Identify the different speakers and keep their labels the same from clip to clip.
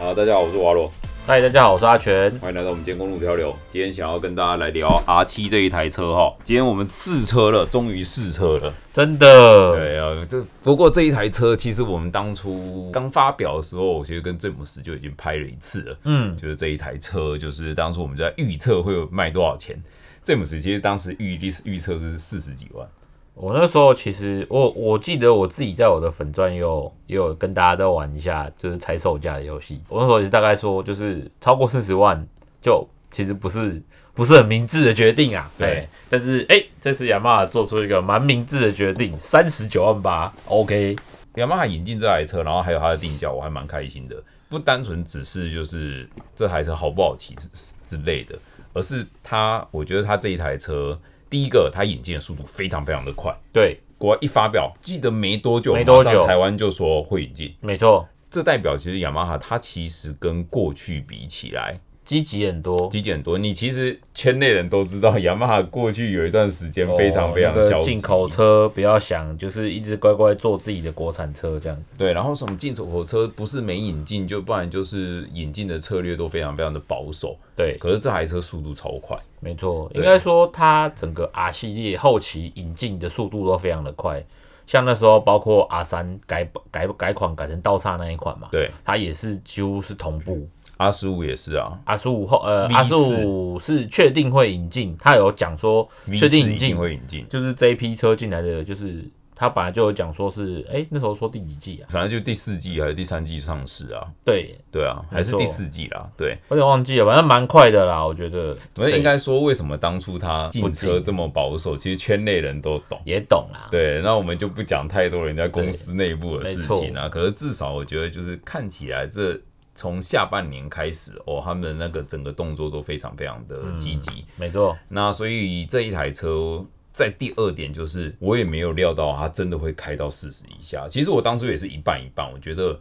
Speaker 1: 啊，大家好，我是瓦罗，
Speaker 2: 嗨，大家好，我是阿全。
Speaker 1: 欢迎来到我们今天公路漂流。今天想要跟大家来聊 R 七这一台车哈，今天我们试车了，终于试车了。
Speaker 2: 真的，
Speaker 1: 对啊，这不过这一台车其实我们当初刚发表的时候，我觉得跟詹姆斯就已经拍了一次了。
Speaker 2: 嗯，
Speaker 1: 就是这一台车，就是当初我们就在预测会有卖多少钱。詹姆斯其实当时预预预测是四十几万，
Speaker 2: 我那时候其实我我记得我自己在我的粉钻也有也有跟大家在玩一下，就是猜售价的游戏。我那时候也是大概说，就是超过四十万，就其实不是不是很明智的决定啊。
Speaker 1: 对
Speaker 2: 哎，但是哎、这次雅马哈做出一个蛮明智的决定，三十九万八，OK。
Speaker 1: 雅马哈引进这台车，然后还有它的定价，我还蛮开心的。不单纯只是就是这台车好不好骑之之类的，而是它，我觉得它这一台车，第一个它引进的速度非常非常的快。
Speaker 2: 对，
Speaker 1: 国外一发表，记得没多久，
Speaker 2: 没多久
Speaker 1: 马上台湾就说会引进，
Speaker 2: 没错，
Speaker 1: 这代表其实雅马哈它其实跟过去比起来，
Speaker 2: 积极很多，
Speaker 1: 积减很多。你其实圈内人都知道，雅马哈过去有一段时间非常非常
Speaker 2: 哦那
Speaker 1: 消
Speaker 2: 个
Speaker 1: 极，
Speaker 2: 进口车不要想，就是一直乖乖做自己的国产车这样子。
Speaker 1: 对，然后什么进口车不是没引进，就不然就是引进的策略都非常非常的保守。
Speaker 2: 对，
Speaker 1: 可是这台车速度超快，
Speaker 2: 没错，
Speaker 1: 对
Speaker 2: 应该说它整个 R 系列后期引进的速度都非常的快，像那时候包括 R 三改改改款改成倒叉那一款嘛，
Speaker 1: 对
Speaker 2: 它也是几乎是同步。
Speaker 1: ，R 十五也是啊，
Speaker 2: R 十五后呃
Speaker 1: V4
Speaker 2: ，R 十五是确定会引进，它有讲说
Speaker 1: V
Speaker 2: 确定
Speaker 1: 4
Speaker 2: 引
Speaker 1: 一定
Speaker 2: 进，
Speaker 1: 会引进，
Speaker 2: 就是这一批车进来的，就是它本来就有讲说是，哎、那时候说第几季啊？
Speaker 1: 反正就第四季还是第三季上市啊，
Speaker 2: 对，
Speaker 1: 对啊，还是
Speaker 2: 没错
Speaker 1: 第四季啦，对。
Speaker 2: 我有点忘记了，反正蛮快的啦，我觉得
Speaker 1: 所以应
Speaker 2: 对
Speaker 1: 该说，为什么当初它
Speaker 2: 不
Speaker 1: 进
Speaker 2: 进
Speaker 1: 车这么保守，其实圈内人都懂。
Speaker 2: 也懂啦，
Speaker 1: 对，那我们就不讲太多人家公司内部的
Speaker 2: 对
Speaker 1: 事
Speaker 2: 没错
Speaker 1: 情啊。可是至少我觉得，就是看起来这从下半年开始哦，他们的那个整个动作都非常非常的积
Speaker 2: 嗯
Speaker 1: 极。
Speaker 2: 没错，
Speaker 1: 那所以这一台车。在第二点就是，我也没有料到它真的会开到四十以下。其实我当初也是一半一半，我觉得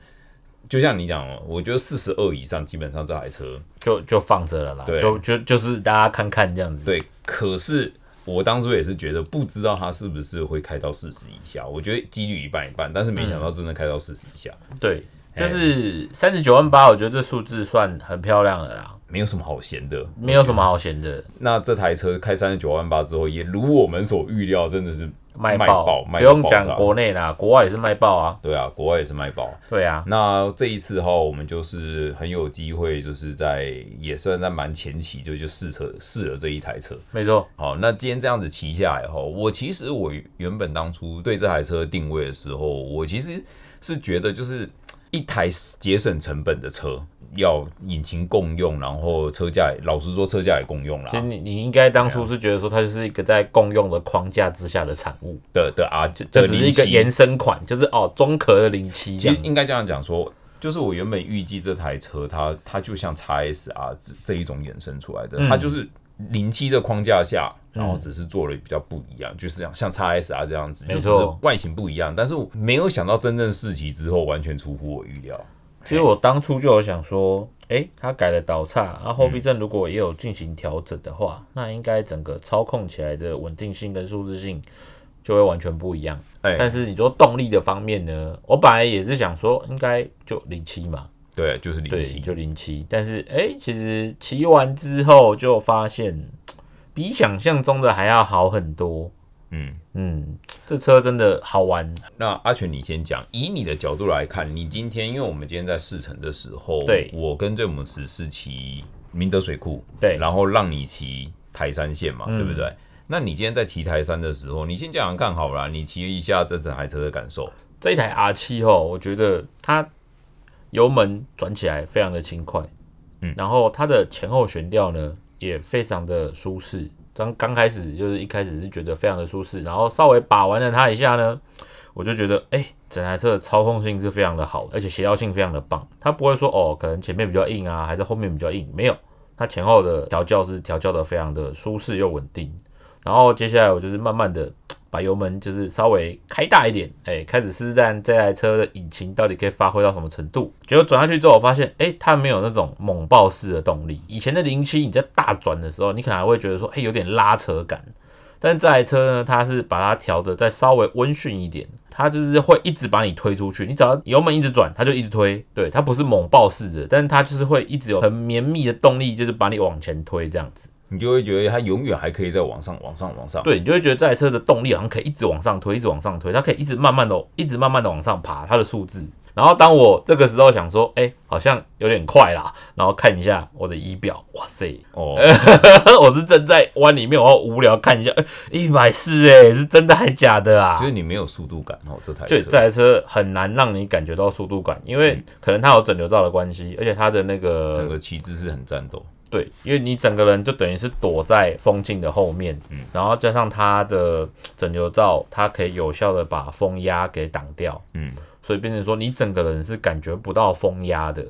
Speaker 1: 就像你讲哦，我觉得四十二以上基本上这台车
Speaker 2: 就就放着了啦，
Speaker 1: 对
Speaker 2: 就就就是大家看看这样子。
Speaker 1: 对，可是我当初也是觉得不知道它是不是会开到四十以下，我觉得几率一半一半，但是没想到真的开到四十以下，
Speaker 2: 对，就是三十九万八，我觉得这数字算很漂亮的啦，
Speaker 1: 没有什么好闲的。
Speaker 2: 没有什么好闲的，
Speaker 1: 那这台车开三十九万八之后，也如我们所预料，真的是
Speaker 2: 卖
Speaker 1: 卖
Speaker 2: 爆，
Speaker 1: 爆卖
Speaker 2: 不
Speaker 1: 到
Speaker 2: 用
Speaker 1: 爆
Speaker 2: 讲
Speaker 1: 炸
Speaker 2: 国内啦，国外也是卖爆啊。
Speaker 1: 对啊，国外也是卖爆。
Speaker 2: 对啊，
Speaker 1: 那这一次的话，我们就是很有机会，就是在也算在蛮前期就就试车试了这一台车。
Speaker 2: 没错，
Speaker 1: 好，那今天这样子骑下来后，我其实我原本当初对这台车定位的时候，我其实是觉得就是一台节省成本的车，要引擎共用，然后车架也，老实说车架也共用啦
Speaker 2: 其实你你应该当初是觉得说它就是一个在共用的框架之下的产物，
Speaker 1: 的的啊，
Speaker 2: 就
Speaker 1: 就
Speaker 2: 只是一个延伸款，就是哦中壳的零七这
Speaker 1: 其实
Speaker 2: 样子。
Speaker 1: 应该这样讲说，就是我原本预计这台车它它就像 x S R 这这一种衍生出来
Speaker 2: 嗯
Speaker 1: 的，它就是零七的框架下，然后只是做了比较不一样，就是这样像 x S R 这样子，
Speaker 2: 没
Speaker 1: 就
Speaker 2: 错
Speaker 1: 是外形不一样，但是我没有想到真正试骑之后完全出乎我预料。
Speaker 2: 其实我当初就有想说，诶，它改了导叉，然后啊后避震如果也有进行调整的话，那应该整个操控起来的稳定性跟舒适性就会完全不一样。
Speaker 1: 哎、
Speaker 2: 但是你说动力的方面呢，我本来也是想说应该就零七嘛，
Speaker 1: 对，就是零
Speaker 2: 对，
Speaker 1: 七，
Speaker 2: 就零七。但是哎、诶其实骑完之后就发现比想象中的还要好很多。
Speaker 1: 嗯。
Speaker 2: 嗯，这车真的好玩，
Speaker 1: 那阿全，你先讲，以你的角度来看，你今天因为我们今天在试乘的时候，
Speaker 2: 对
Speaker 1: 我跟詹姆斯是骑明德水库，
Speaker 2: 对
Speaker 1: 然后让你骑台山线嘛，
Speaker 2: 嗯
Speaker 1: 对不对？那你今天在骑台山的时候，你先讲讲看好了，你骑一下这整台车的感受。
Speaker 2: 这一台 R 七哦，我觉得它油门转起来非常的轻快，
Speaker 1: 嗯
Speaker 2: 然后它的前后悬吊呢也非常的舒适。刚刚开始就是一开始是觉得非常的舒适，然后稍微把玩了它一下呢，我就觉得哎、整台车的操控性是非常的好的，而且协调性非常的棒。它不会说哦，可能前面比较硬啊，还是后面比较硬，没有，它前后的调教是调教的非常的舒适又稳定。然后接下来我就是慢慢的把油门就是稍微开大一点，哎、开始试试看这台车的引擎到底可以发挥到什么程度。结果转下去之后，我发现，哎、它没有那种猛爆式的动力。以前的零七，你在大转的时候，你可能还会觉得说，哎、有点拉扯感。但这台车呢，它是把它调的再稍微温驯一点，它就是会一直把你推出去，你只要油门一直转，它就一直推。对，它不是猛爆式的，但是它就是会一直有很绵密的动力，就是把你往前推这样子。
Speaker 1: 你就会觉得它永远还可以再往上、往上、往上。
Speaker 2: 对，你就会觉得这台车的动力好像可以一直往上推，一直往上推，它可以一直慢慢的、一直慢慢的往上爬它的数字。然后当我这个时候想说，哎、好像有点快啦，然后看一下我的仪表，哇塞，
Speaker 1: 哦，
Speaker 2: 哎我是正在湾里面，我好无聊看一下，一百四，哎，是真的还假的啊？
Speaker 1: 就是你没有速度感哦，这台车
Speaker 2: 就这台车很难让你感觉到速度感，因为可能它有整流罩的关系，而且它的那
Speaker 1: 嗯整
Speaker 2: 个
Speaker 1: 个旗帜是很战斗。
Speaker 2: 对，因为你整个人就等于是躲在风镜的后面，然后加上它的整流罩，它可以有效的把风压给挡掉，
Speaker 1: 嗯，
Speaker 2: 所以变成说你整个人是感觉不到风压的。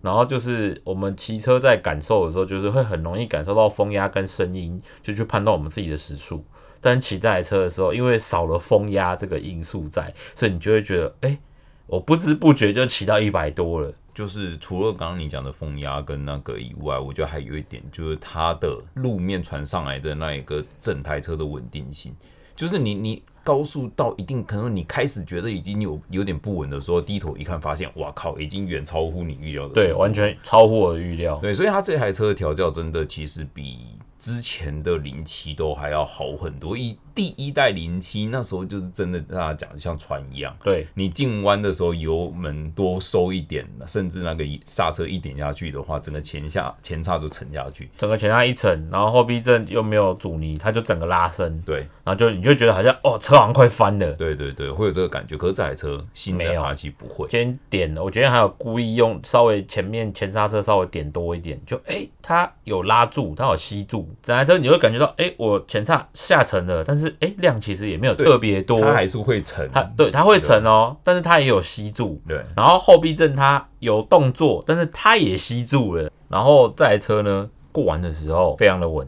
Speaker 2: 然后就是我们骑车在感受的时候，就是会很容易感受到风压跟声音，就去判断我们自己的时速。但骑这台车的时候，因为少了风压这个因素在，所以你就会觉得，哎，我不知不觉就骑到一百多了。
Speaker 1: 就是除了刚刚你讲的风压跟那个以外，我觉得还有一点就是它的路面传上来的那一个整台车的稳定性，就是你你高速到一定，可能你开始觉得已经有有点不稳的时候，低头一看发现，哇靠，已经远超乎你预料的。
Speaker 2: 对，完全超乎我的预料。
Speaker 1: 对，所以它这台车的调教真的其实比之前的零七都还要好很多。一第一代零七那时候就是真的，大家讲的像船一样，
Speaker 2: 对，
Speaker 1: 你进弯的时候油门多收一点，甚至那个一刹车一点下去的话，整个前下前叉都沉下去。
Speaker 2: 整个前压一沉，然后后避震又没有阻尼，它就整个拉伸，
Speaker 1: 对
Speaker 2: 然后就你就觉得好像哦，车好像快翻了。
Speaker 1: 对对对，会有这个感觉。可是这台车新
Speaker 2: 没
Speaker 1: 的
Speaker 2: 有
Speaker 1: R 七不会，
Speaker 2: 今天点，我今天还有故意用稍微前面前刹车稍微点多一点，就哎、诶它有拉住，它有吸住，整台车你会感觉到哎、诶我前叉下沉了，但是哎、诶量其实也没有
Speaker 1: 对
Speaker 2: 特别多，
Speaker 1: 它还是会沉。
Speaker 2: 它对它会沉哦，但是它也有吸住，
Speaker 1: 对，
Speaker 2: 然后后避震它有动作，但是它也吸住了，然后这台车呢过弯的时候非常的稳，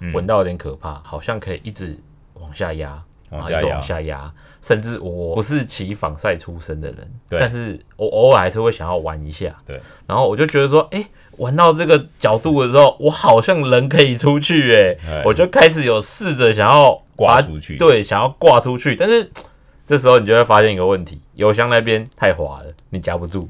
Speaker 1: 嗯
Speaker 2: 稳到有点可怕，好像可以一直往下压，
Speaker 1: 往
Speaker 2: 然
Speaker 1: 下
Speaker 2: 啊后一直
Speaker 1: 压
Speaker 2: 往。下压，甚至我不是骑防晒出身的人，
Speaker 1: 对
Speaker 2: 但是我偶尔还是会想要玩一下，
Speaker 1: 对，
Speaker 2: 然后我就觉得说，哎、玩到这个角度的时候，我好像人可以出去、哎
Speaker 1: 哎，
Speaker 2: 我就开始有试着想要
Speaker 1: 挂
Speaker 2: 把
Speaker 1: 出去
Speaker 2: 对，想要挂出去，但是。这时候你就会发现一个问题，油箱那边太滑了，你夹不住。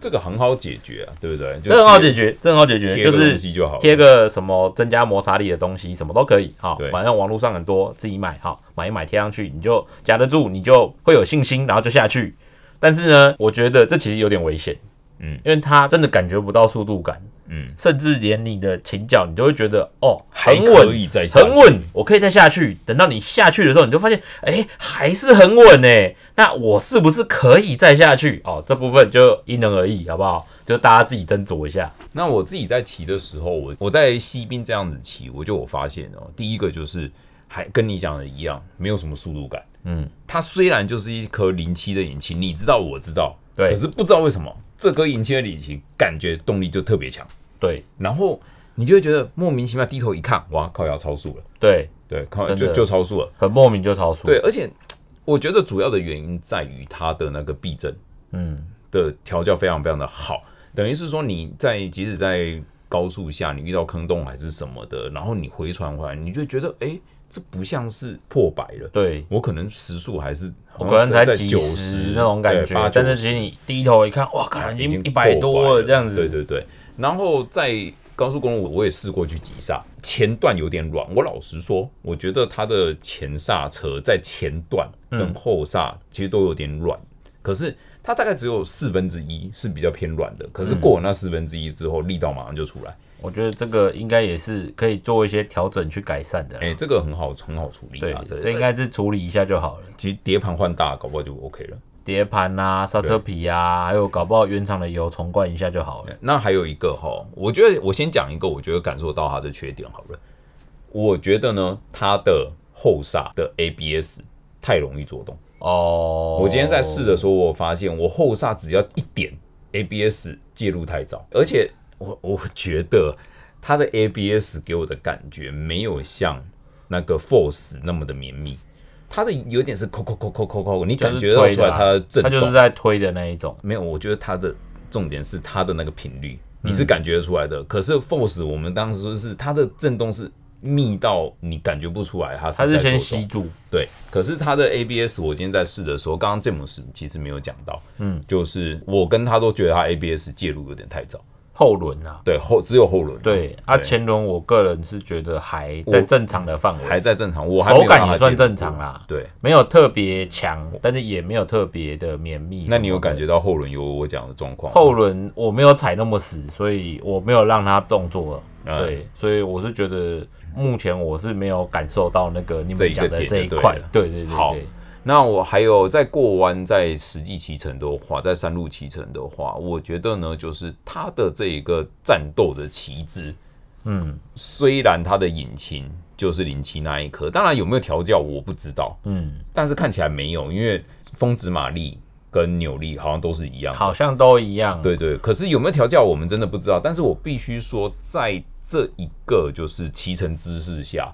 Speaker 1: 这个很好解决啊，对不对？就
Speaker 2: 这很好解
Speaker 1: 贴，
Speaker 2: 决，这很好解决，
Speaker 1: 贴
Speaker 2: 就
Speaker 1: 个东
Speaker 2: 是
Speaker 1: 西就好了。
Speaker 2: 贴个什么增加摩擦力的东西，什么都可以啊、
Speaker 1: 对
Speaker 2: 反正网络上很多，自己买哈、买一买贴上去，你就夹得住，你就会有信心，然后就下去。但是呢，我觉得这其实有点危险，
Speaker 1: 嗯，
Speaker 2: 因为它真的感觉不到速度感，
Speaker 1: 嗯，
Speaker 2: 甚至连你的前脚，你都会觉得哦，
Speaker 1: 还
Speaker 2: 很
Speaker 1: 可
Speaker 2: 稳，
Speaker 1: 以再下去
Speaker 2: 很稳，我可以再下去。等到你下去的时候，你就发现，哎、还是很稳哎、那我是不是可以再下去？哦，这部分就因人而异，好不好？就大家自己斟酌一下。
Speaker 1: 那我自己在骑的时候，我我在西滨这样子骑，我就有发现哦，第一个就是还跟你讲的一样，没有什么速度感。
Speaker 2: 嗯，
Speaker 1: 它虽然就是一颗零七的引擎，你知道我知道，
Speaker 2: 对
Speaker 1: 可是不知道为什么这颗引擎的引擎感觉动力就特别强，
Speaker 2: 对
Speaker 1: 然后你就会觉得莫名其妙，低头一看，哇靠，要超速了，
Speaker 2: 对，
Speaker 1: 对，靠
Speaker 2: 真的
Speaker 1: 就
Speaker 2: 嗯
Speaker 1: 就超速了，
Speaker 2: 很莫名就超速。
Speaker 1: 对，，而且我觉得主要的原因在于它的那个避震，
Speaker 2: 嗯，
Speaker 1: 的调教非常非常的好，等于是说你在即使在高速下，你遇到坑洞还是什么的，然后你回传回来，你就觉得哎、诶这不像是破百了，
Speaker 2: 对，
Speaker 1: 我可能时速还是
Speaker 2: 我可能才
Speaker 1: 在
Speaker 2: 几
Speaker 1: 九
Speaker 2: 十那种感觉，但是其实你低头一看，哇靠，已啊经一
Speaker 1: 百
Speaker 2: 百多了这样子。
Speaker 1: 对对对，然后在。高速公路我也试过去急刹，前段有点软。我老实说，我觉得它的前刹车在前段跟后刹其实都有点软，可是它大概只有四分之一是比较偏软的。可是过了那四分之一之后，力道马上就出来。
Speaker 2: 我觉得这个应该也是可以做一些调整去改善的啦。
Speaker 1: 哎、这个很好，很好处理
Speaker 2: 对
Speaker 1: 啊。，
Speaker 2: 这应该是处理一下就好了。
Speaker 1: 其实碟盘换大，搞不好就 OK 了。
Speaker 2: 碟盘啊、刹车皮啊，还有搞不好原厂的油重灌一下就好了。
Speaker 1: 那还有一个哈，我觉得我先讲一个，我觉得感受到它的缺点好了。我觉得呢，它的后刹的 ABS 太容易做动。
Speaker 2: 哦，
Speaker 1: 我今天在试的时候，我发现我后刹只要一点 ABS 介入太早，而且我我觉得它的 ABS 给我的感觉没有像那个 Force 那么的绵密，它的有点是扣扣扣扣扣扣，你
Speaker 2: 就是
Speaker 1: 感觉到
Speaker 2: 推
Speaker 1: 出
Speaker 2: 的
Speaker 1: 来
Speaker 2: 啊
Speaker 1: 它的震
Speaker 2: 它
Speaker 1: 动，
Speaker 2: 就是在推的那一种。
Speaker 1: 没有，我觉得它的重点
Speaker 2: 嗯
Speaker 1: 是它的那个频率，你是感觉得出来的。可是 Force 我们当时是它的震动是密到你感觉不出来它是
Speaker 2: 它
Speaker 1: 在
Speaker 2: 是先
Speaker 1: 做
Speaker 2: 吸
Speaker 1: 重
Speaker 2: 住，
Speaker 1: 对，可是它的 ABS 我今天在试的时候，刚刚詹姆斯其实没有讲到，嗯，就是我跟他都觉得他 ABS 介入有点太早，
Speaker 2: 后轮啊，
Speaker 1: 对后只有后轮
Speaker 2: 对啊，前轮我个人是觉得还
Speaker 1: 嗯我
Speaker 2: 在正常的范围，
Speaker 1: 还在正常，我还没有
Speaker 2: 手感
Speaker 1: 让它
Speaker 2: 也算
Speaker 1: 介入
Speaker 2: 正常啊啦
Speaker 1: 对，
Speaker 2: 没有特别强，但是也没有特别的绵密。
Speaker 1: 那你有感觉？到后轮有我讲的状况吗？
Speaker 2: 后轮我没有踩那么死，所以我没有让它动作。
Speaker 1: 嗯
Speaker 2: 对，所以我是觉得目前我是没有感受到那个你
Speaker 1: 这一
Speaker 2: 们
Speaker 1: 个
Speaker 2: 讲的
Speaker 1: 点
Speaker 2: 这一
Speaker 1: 就对
Speaker 2: 块
Speaker 1: 了。
Speaker 2: 对对对
Speaker 1: 好
Speaker 2: 对，
Speaker 1: 那我还有在过弯，在实际骑乘的话，在山路骑乘的话，我觉得呢，就是它的这一个战斗的旗帜，
Speaker 2: 嗯
Speaker 1: 虽然它的引擎就是零七那一颗，当然有没有调教我不知道，
Speaker 2: 嗯，
Speaker 1: 但是看起来没有，因为峰值马力跟扭力好像都是一样的。
Speaker 2: 好像都一样。
Speaker 1: 对对，可是有没有调教我们真的不知道，但是我必须说，在这一个就是骑乘姿势下，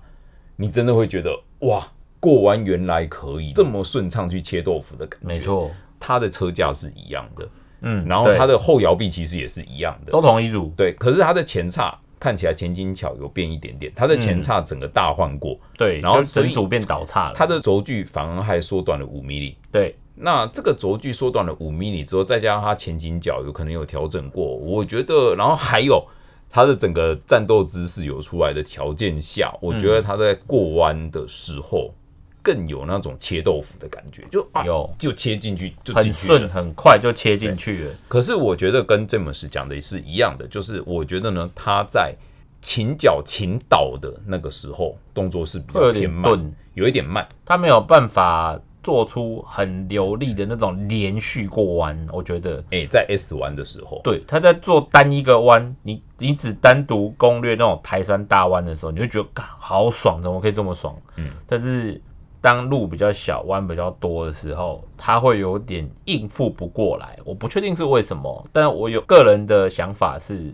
Speaker 1: 你真的会觉得哇，过弯原来可以这么顺畅去切豆腐的感觉。
Speaker 2: 没，错。
Speaker 1: 它的车架是一样的，
Speaker 2: 嗯，
Speaker 1: 然后它
Speaker 2: 的
Speaker 1: 的后摇臂其实也是一样的，
Speaker 2: 都同一组。
Speaker 1: 对，可是它的前叉。看起来前倾角有变一点点，它的
Speaker 2: 嗯
Speaker 1: 前叉整个大换过，
Speaker 2: 对，
Speaker 1: 然后
Speaker 2: 就
Speaker 1: 所以
Speaker 2: 整组变倒叉了。
Speaker 1: 它的轴距反而还缩短了五米里，
Speaker 2: 对，
Speaker 1: 那这个轴距缩短了五米米之后，再加上它前倾角有可能有调整过，我觉得，然后还有它的整个战斗姿势有出来的条件下，我觉得它在过弯的时候更有那种切豆腐的感觉，就啊
Speaker 2: 有
Speaker 1: 就切进去就进
Speaker 2: 很
Speaker 1: 去了
Speaker 2: 顺，很快就切进去了。
Speaker 1: 可是我觉得跟詹姆斯讲的也是一样的，就是我觉得呢，他在擒脚擒倒的那个时候，动作是比
Speaker 2: 会有
Speaker 1: 较
Speaker 2: 点
Speaker 1: 偏慢
Speaker 2: 钝，
Speaker 1: 有一点慢。
Speaker 2: 他没有办法做出很流利的那种连续过弯，我觉得。
Speaker 1: 哎、在 S 弯的时候，
Speaker 2: 对，他在做单一个弯，你你只单独攻略那种台山大弯的时候，你会觉得干好爽，怎么可以这么爽？嗯，但是当路比较小，弯比较多的时候，他会有点应付不过来。我不确定是为什么，但我有个人的想法是，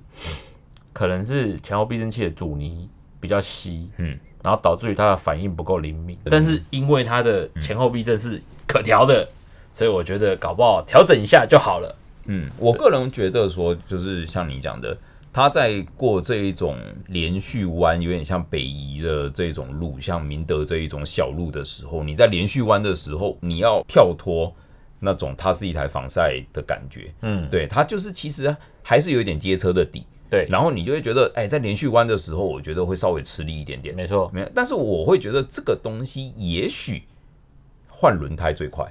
Speaker 2: 可能是前后避震器的阻尼比较稀，
Speaker 1: 嗯，
Speaker 2: 然后导致于它的反应不够灵敏。但是因为它的前后避震是可调的，所以我觉得搞不好调整一下就好了。
Speaker 1: 嗯，我个人觉得说，就是像你讲的，他在过这一种连续弯，有点像北移的这种路，像明德这一种小路的时候，你在连续弯的时候，你要跳脱那种它是一台防晒的感觉，
Speaker 2: 嗯，
Speaker 1: 对，它就是其实还是有一点街车的底，
Speaker 2: 对，
Speaker 1: 然后你就会觉得，哎，在连续弯的时候，我觉得会稍微吃力一点点，
Speaker 2: 没错。
Speaker 1: 没有，但是我会觉得这个东西也许换轮胎最快，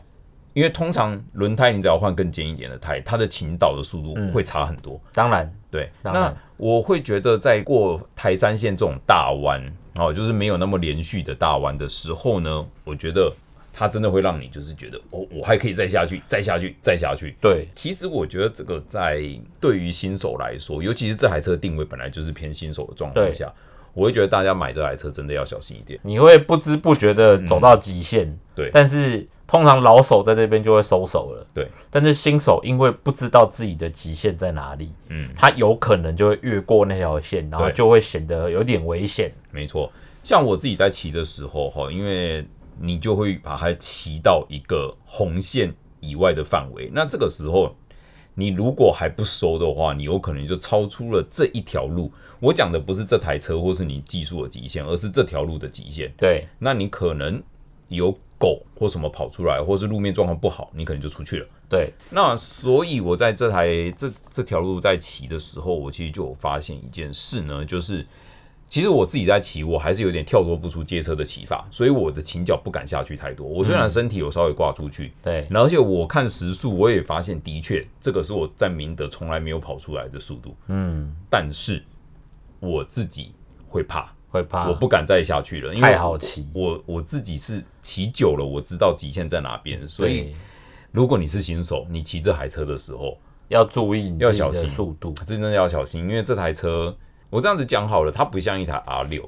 Speaker 1: 因为通常轮胎你只要换更尖一点的胎，它的倾倒的速度会差很多。
Speaker 2: 当然，
Speaker 1: 对，
Speaker 2: 嗯当然
Speaker 1: 那我会觉得在过台山线这种大弯哦，就是没有那么连续的大弯的时候呢，我觉得它真的会让你就是觉得，哦我、我还可以再下去，再下去，再下去。
Speaker 2: 对，
Speaker 1: 其实我觉得这个在对于新手来说，尤其是这台车定位本来就是偏新手的状况
Speaker 2: 对
Speaker 1: 下，我会觉得大家买这台车真的要小心一点。
Speaker 2: 你会不知不觉的走到极限、
Speaker 1: 嗯对
Speaker 2: 但是通常老手在这边就会收手了，
Speaker 1: 对。
Speaker 2: 但是新手因为不知道自己的极限在哪里，
Speaker 1: 嗯，
Speaker 2: 他有可能就会越过那条线，然后
Speaker 1: 对
Speaker 2: 就会显得有点危险。
Speaker 1: 没错，像我自己在骑的时候哈，因为你就会把它骑到一个红线以外的范围，那这个时候你如果还不收的话，你有可能就超出了这一条路。我讲的不是这台车或是你技术的极限，而是这条路的极限。
Speaker 2: 对，
Speaker 1: 那你可能有狗或什么跑出来，或是路面状况不好，你可能就出去了。
Speaker 2: 对，
Speaker 1: 那所以，我在这台这这条路在骑的时候，我其实就有发现一件事呢，就是其实我自己在骑，我还是有点跳脱不出街车的骑法，所以我的琴脚不敢下去太多。我虽然身体有稍微挂出去，
Speaker 2: 对，
Speaker 1: 然后而且我看时速，我也发现的确这个是我在明德从来没有跑出来的速度，
Speaker 2: 嗯，
Speaker 1: 但是我自己会怕，
Speaker 2: 会怕。
Speaker 1: 我不敢再下去了，因为
Speaker 2: 啊太好骑
Speaker 1: 我我自己是骑久了，我知道极限在哪边，所以
Speaker 2: 对
Speaker 1: 如果你是新手，你骑这台车的时候。
Speaker 2: 要注意你
Speaker 1: 要
Speaker 2: 自己
Speaker 1: 小
Speaker 2: 的
Speaker 1: 心
Speaker 2: 速度。
Speaker 1: 真的要小心，因为这台车，我这样子讲好了，它不像一台 R 六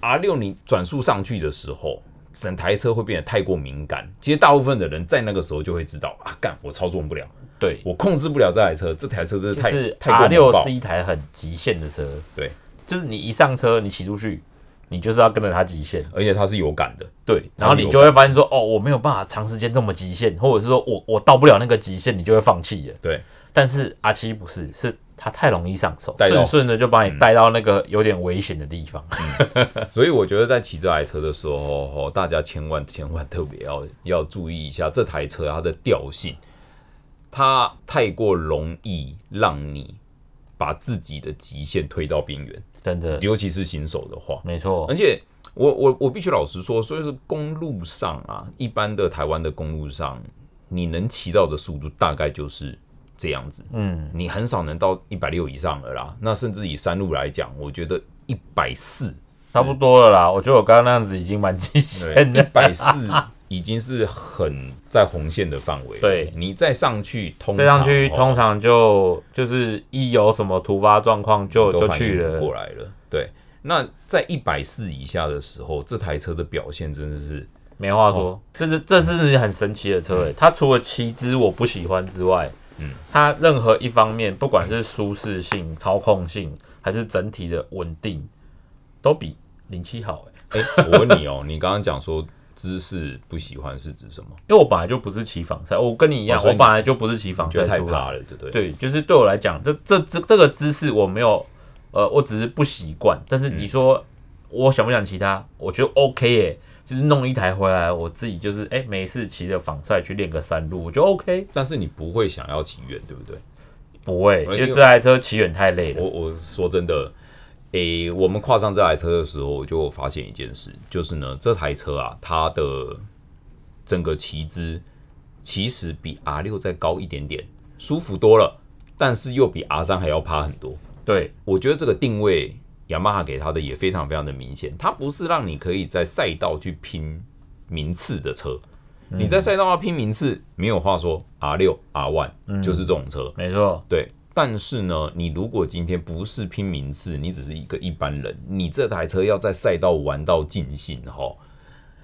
Speaker 1: ，R 六你转速上去的时候，整台车会变得太过敏感。其实大部分的人在那个时候就会知道啊，干我操纵不了，
Speaker 2: 对，
Speaker 1: 我控制不了这台车，这台车真是
Speaker 2: 就
Speaker 1: 太、
Speaker 2: 是
Speaker 1: 太
Speaker 2: R
Speaker 1: 过
Speaker 2: 六
Speaker 1: 猛爆
Speaker 2: 是。一台很极限的车，
Speaker 1: 对，
Speaker 2: 就是你一上车，你骑出去，你就是要跟着它极限。
Speaker 1: 而且它是有感的，
Speaker 2: 对，然后
Speaker 1: 它是有
Speaker 2: 你就会发现说，哦，我没有办法长时间这么极限，或者是说我我到不了那个极限，你就会放弃了。
Speaker 1: 对
Speaker 2: 但是阿七不是，是它太容易上手，
Speaker 1: 带到嗯
Speaker 2: 顺顺的就把你带到那个有点危险的地方。
Speaker 1: 所以我觉得在骑这台车的时候，哦，大家千万千万特别要要注意一下这台车它的调性，它太过容易让你把自己的极限推到边缘，
Speaker 2: 真的，
Speaker 1: 尤其是新手的话。
Speaker 2: 没错
Speaker 1: 而，且我我我必须老实说，所以说公路上啊，一般的台湾的公路上，你能骑到的速度大概就是这样子，
Speaker 2: 嗯，
Speaker 1: 你很少能到一百六以上了啦。那甚至以山路来讲，我觉得一百四
Speaker 2: 差不多了啦。我觉得我刚刚那样子已经蛮极限
Speaker 1: 一
Speaker 2: 的。
Speaker 1: 百四已经是很在红线的范围。
Speaker 2: 对
Speaker 1: 你再上去通常
Speaker 2: 这
Speaker 1: 哦，
Speaker 2: 上去通常就就是一有什么突发状况就
Speaker 1: 都
Speaker 2: 就
Speaker 1: 反应
Speaker 2: 去
Speaker 1: 不
Speaker 2: 了，
Speaker 1: 过来了。对，那在一百四以下的时候，这台车的表现真的是
Speaker 2: 没话
Speaker 1: 哦
Speaker 2: 说。这是这是很神奇的
Speaker 1: 嗯
Speaker 2: 车诶、欸它除了骑姿我不喜欢之外，嗯，它任何一方面，不管是舒适性、操控性，还是整体的稳定，都比零七好欸诶、
Speaker 1: 哎、我问你哦，你刚刚讲说姿势不喜欢是指什 么？
Speaker 2: 因为我本来就不是骑防晒，我跟你一样，
Speaker 1: 哦所
Speaker 2: 我
Speaker 1: 以你
Speaker 2: 本来就不是骑防
Speaker 1: 觉
Speaker 2: 晒
Speaker 1: 得太
Speaker 2: 出来
Speaker 1: 怕了，对不对？
Speaker 2: 对，就是对我来讲，这这这这个姿势我没有，呃，我只是不习惯。但是你
Speaker 1: 嗯
Speaker 2: 说、我想不想骑它，我觉得 OK 耶、就是弄一台回来，我自己就是哎、没事骑着防晒去练个山路，我觉得 OK，
Speaker 1: 但是你不会想要骑远，对不对？
Speaker 2: 不会，因
Speaker 1: 哎
Speaker 2: 为
Speaker 1: 呦
Speaker 2: 这台车骑远太累了。
Speaker 1: 我我说真的，诶、我们跨上这台车的时候，我就发现一件事，就是呢，这台车啊，它的整个骑姿其实比 R 六再高一点点，舒服多了，但是又比 R 三还要趴很多。
Speaker 2: 对，
Speaker 1: 我觉得这个定位，雅马哈给它的也非常非常的明显，它不是让你可以在赛道去拼名次的车。你在赛道上拼名次，没有话说，R 六、R one 就是这种车。
Speaker 2: 没错，
Speaker 1: 对，但是呢，你如果今天不是拼名次，你只是一个一般人，你这台车要在赛道玩到尽兴哈，
Speaker 2: 嗯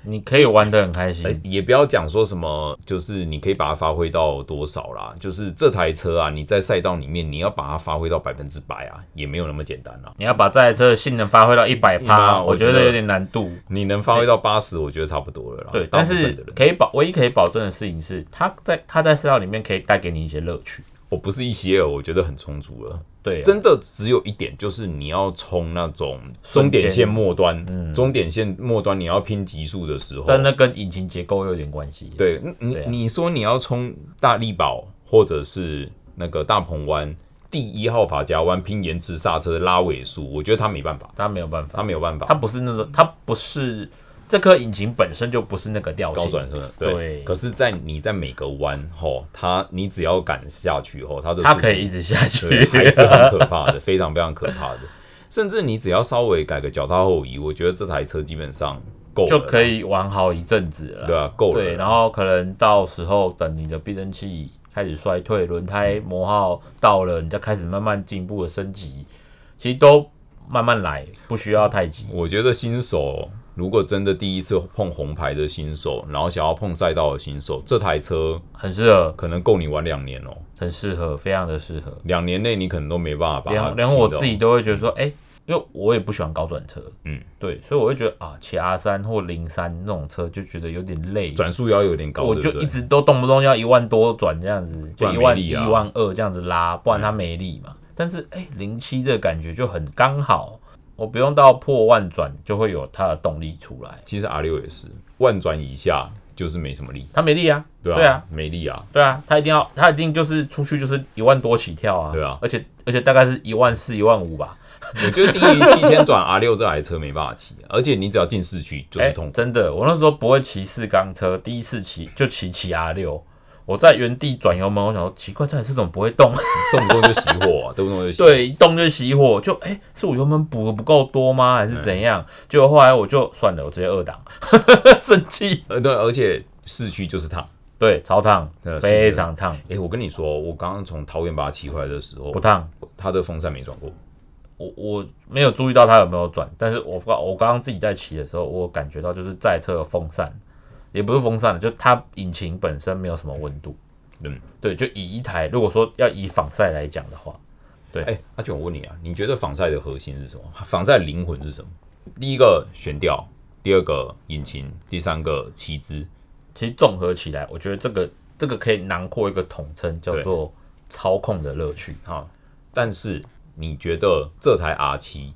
Speaker 2: 你可以玩得很开心。
Speaker 1: 呃也不要讲说什么，就是你可以把它发挥到多少啦，就是这台车啊，你在赛道里面你要把它发挥到百分之百啊，也没有那么简单啦。
Speaker 2: 你要把这台车的性能发挥到一百趴，
Speaker 1: 100%
Speaker 2: 我
Speaker 1: 我
Speaker 2: 觉
Speaker 1: 觉
Speaker 2: 得
Speaker 1: 得
Speaker 2: 有点难度。
Speaker 1: 你能发挥到八十，我觉得差不多了啦。
Speaker 2: 哎对，
Speaker 1: 啊大
Speaker 2: 但
Speaker 1: 部分
Speaker 2: 是
Speaker 1: 的人
Speaker 2: 可以保唯一可以保证的事情是，它在它在赛道里面可以带给你一些乐趣。
Speaker 1: 我不是一些，我觉得很充足了。
Speaker 2: 对啊，
Speaker 1: 真的只有一点，就是你要冲那种终点线末端，
Speaker 2: 嗯
Speaker 1: 终点线末端你要拼极速的时候，
Speaker 2: 但那跟引擎结构有点关系。
Speaker 1: 对，嗯你、
Speaker 2: 对啊
Speaker 1: 你说你要冲大力宝或者是那个大鹏湾第一号法家湾拼延迟刹车拉尾数，我觉得他没办法，
Speaker 2: 它没有办法，
Speaker 1: 他没有办法，
Speaker 2: 它不是那种，它不是这颗引擎本身就不是那个调
Speaker 1: 高
Speaker 2: 性。
Speaker 1: 转身了。
Speaker 2: 对
Speaker 1: 可是，在你在每个弯吼，他你只要敢下去吼，他的
Speaker 2: 它
Speaker 1: 速
Speaker 2: 可
Speaker 1: 度
Speaker 2: 以一直下去
Speaker 1: 对，， 还是很可怕的，非常非常可怕的。甚至你只要稍微改个脚踏后移，我觉得这台车基本上够了，
Speaker 2: 就可以玩好一阵子了。
Speaker 1: 对啊，够了。
Speaker 2: 对，然后可能到时候等你的避震器开始衰退，轮胎磨耗到了，你再开始慢慢进步的升级，其实都慢慢来，不需要太急。
Speaker 1: 我觉得新手如果真的第一次碰红牌的新手，然后想要碰赛道的新手，这台车
Speaker 2: 很适合，
Speaker 1: 可能够你玩两年哦，
Speaker 2: 很适合，非常的适合。
Speaker 1: 两年内你可能都没办法把它
Speaker 2: 连连我
Speaker 1: 踢到
Speaker 2: 自己都会觉得说，哎、因为我也不喜欢高转车，
Speaker 1: 嗯，
Speaker 2: 对，所以我会觉得啊，骑 R 三或零三那种车就觉得有点累，
Speaker 1: 转速要有点高，
Speaker 2: 我
Speaker 1: 对
Speaker 2: 就
Speaker 1: 不
Speaker 2: 一
Speaker 1: 对？
Speaker 2: 直都动不动要一万多转这样子，
Speaker 1: 不
Speaker 2: 就
Speaker 1: 然
Speaker 2: 一
Speaker 1: 没
Speaker 2: 万一、
Speaker 1: 力啊
Speaker 2: 万二这样子拉，不然它没力嘛。但是哎，零、七这个感觉就很刚好，我不用到破万转就会有它的动力出来，
Speaker 1: 其实 R 六也是万转以下就是没什么力，
Speaker 2: 它没力啊，
Speaker 1: 对啊，
Speaker 2: 对啊，
Speaker 1: 没力啊，
Speaker 2: 对啊，它一定要，它一定就是出去就是一万多起跳啊，
Speaker 1: 对啊
Speaker 2: 而且而且大概是一万四、一万五吧，
Speaker 1: 我觉得低于七千转 R 六这台车没办法骑，啊而且你只要进市区就
Speaker 2: 哎，
Speaker 1: 是痛苦。
Speaker 2: 真的，我那时候不会骑四缸车，第一次骑就骑骑 R 六，我在原地转油门，我想说奇怪，这台车怎么不会动？
Speaker 1: 动不动就熄火、啊，动不动就熄火。
Speaker 2: 对，一动就熄火，就哎、是我油门补的不够多吗？还是怎样？结果后来我就算了，我直接二档， 生气。
Speaker 1: 呃，对，而且市区就是烫。
Speaker 2: 对，超烫
Speaker 1: 对，是
Speaker 2: 非常烫，
Speaker 1: 哎、我跟你说，我刚刚从桃园把它骑回来的时候
Speaker 2: 不，烫。
Speaker 1: 它的风扇没转过。
Speaker 2: 我我没有注意到它有没有转，但是我刚我刚刚自己在骑的时候，我感觉到就是在侧的风扇，也不是风扇了，就它引擎本身没有什么温度。
Speaker 1: 嗯，
Speaker 2: 对，就以一台如果说要以仿赛来讲的话，
Speaker 1: 哎、阿卷，我问你啊，你觉得防晒的核心是什么？防晒的灵魂是什么？第一个悬吊，第二个引擎，第三个骑姿。
Speaker 2: 其实综合起来，我觉得这个这个可以囊括一个统称，叫
Speaker 1: 对
Speaker 2: 做操控的乐趣。
Speaker 1: 好，但是你觉得这台 R 七，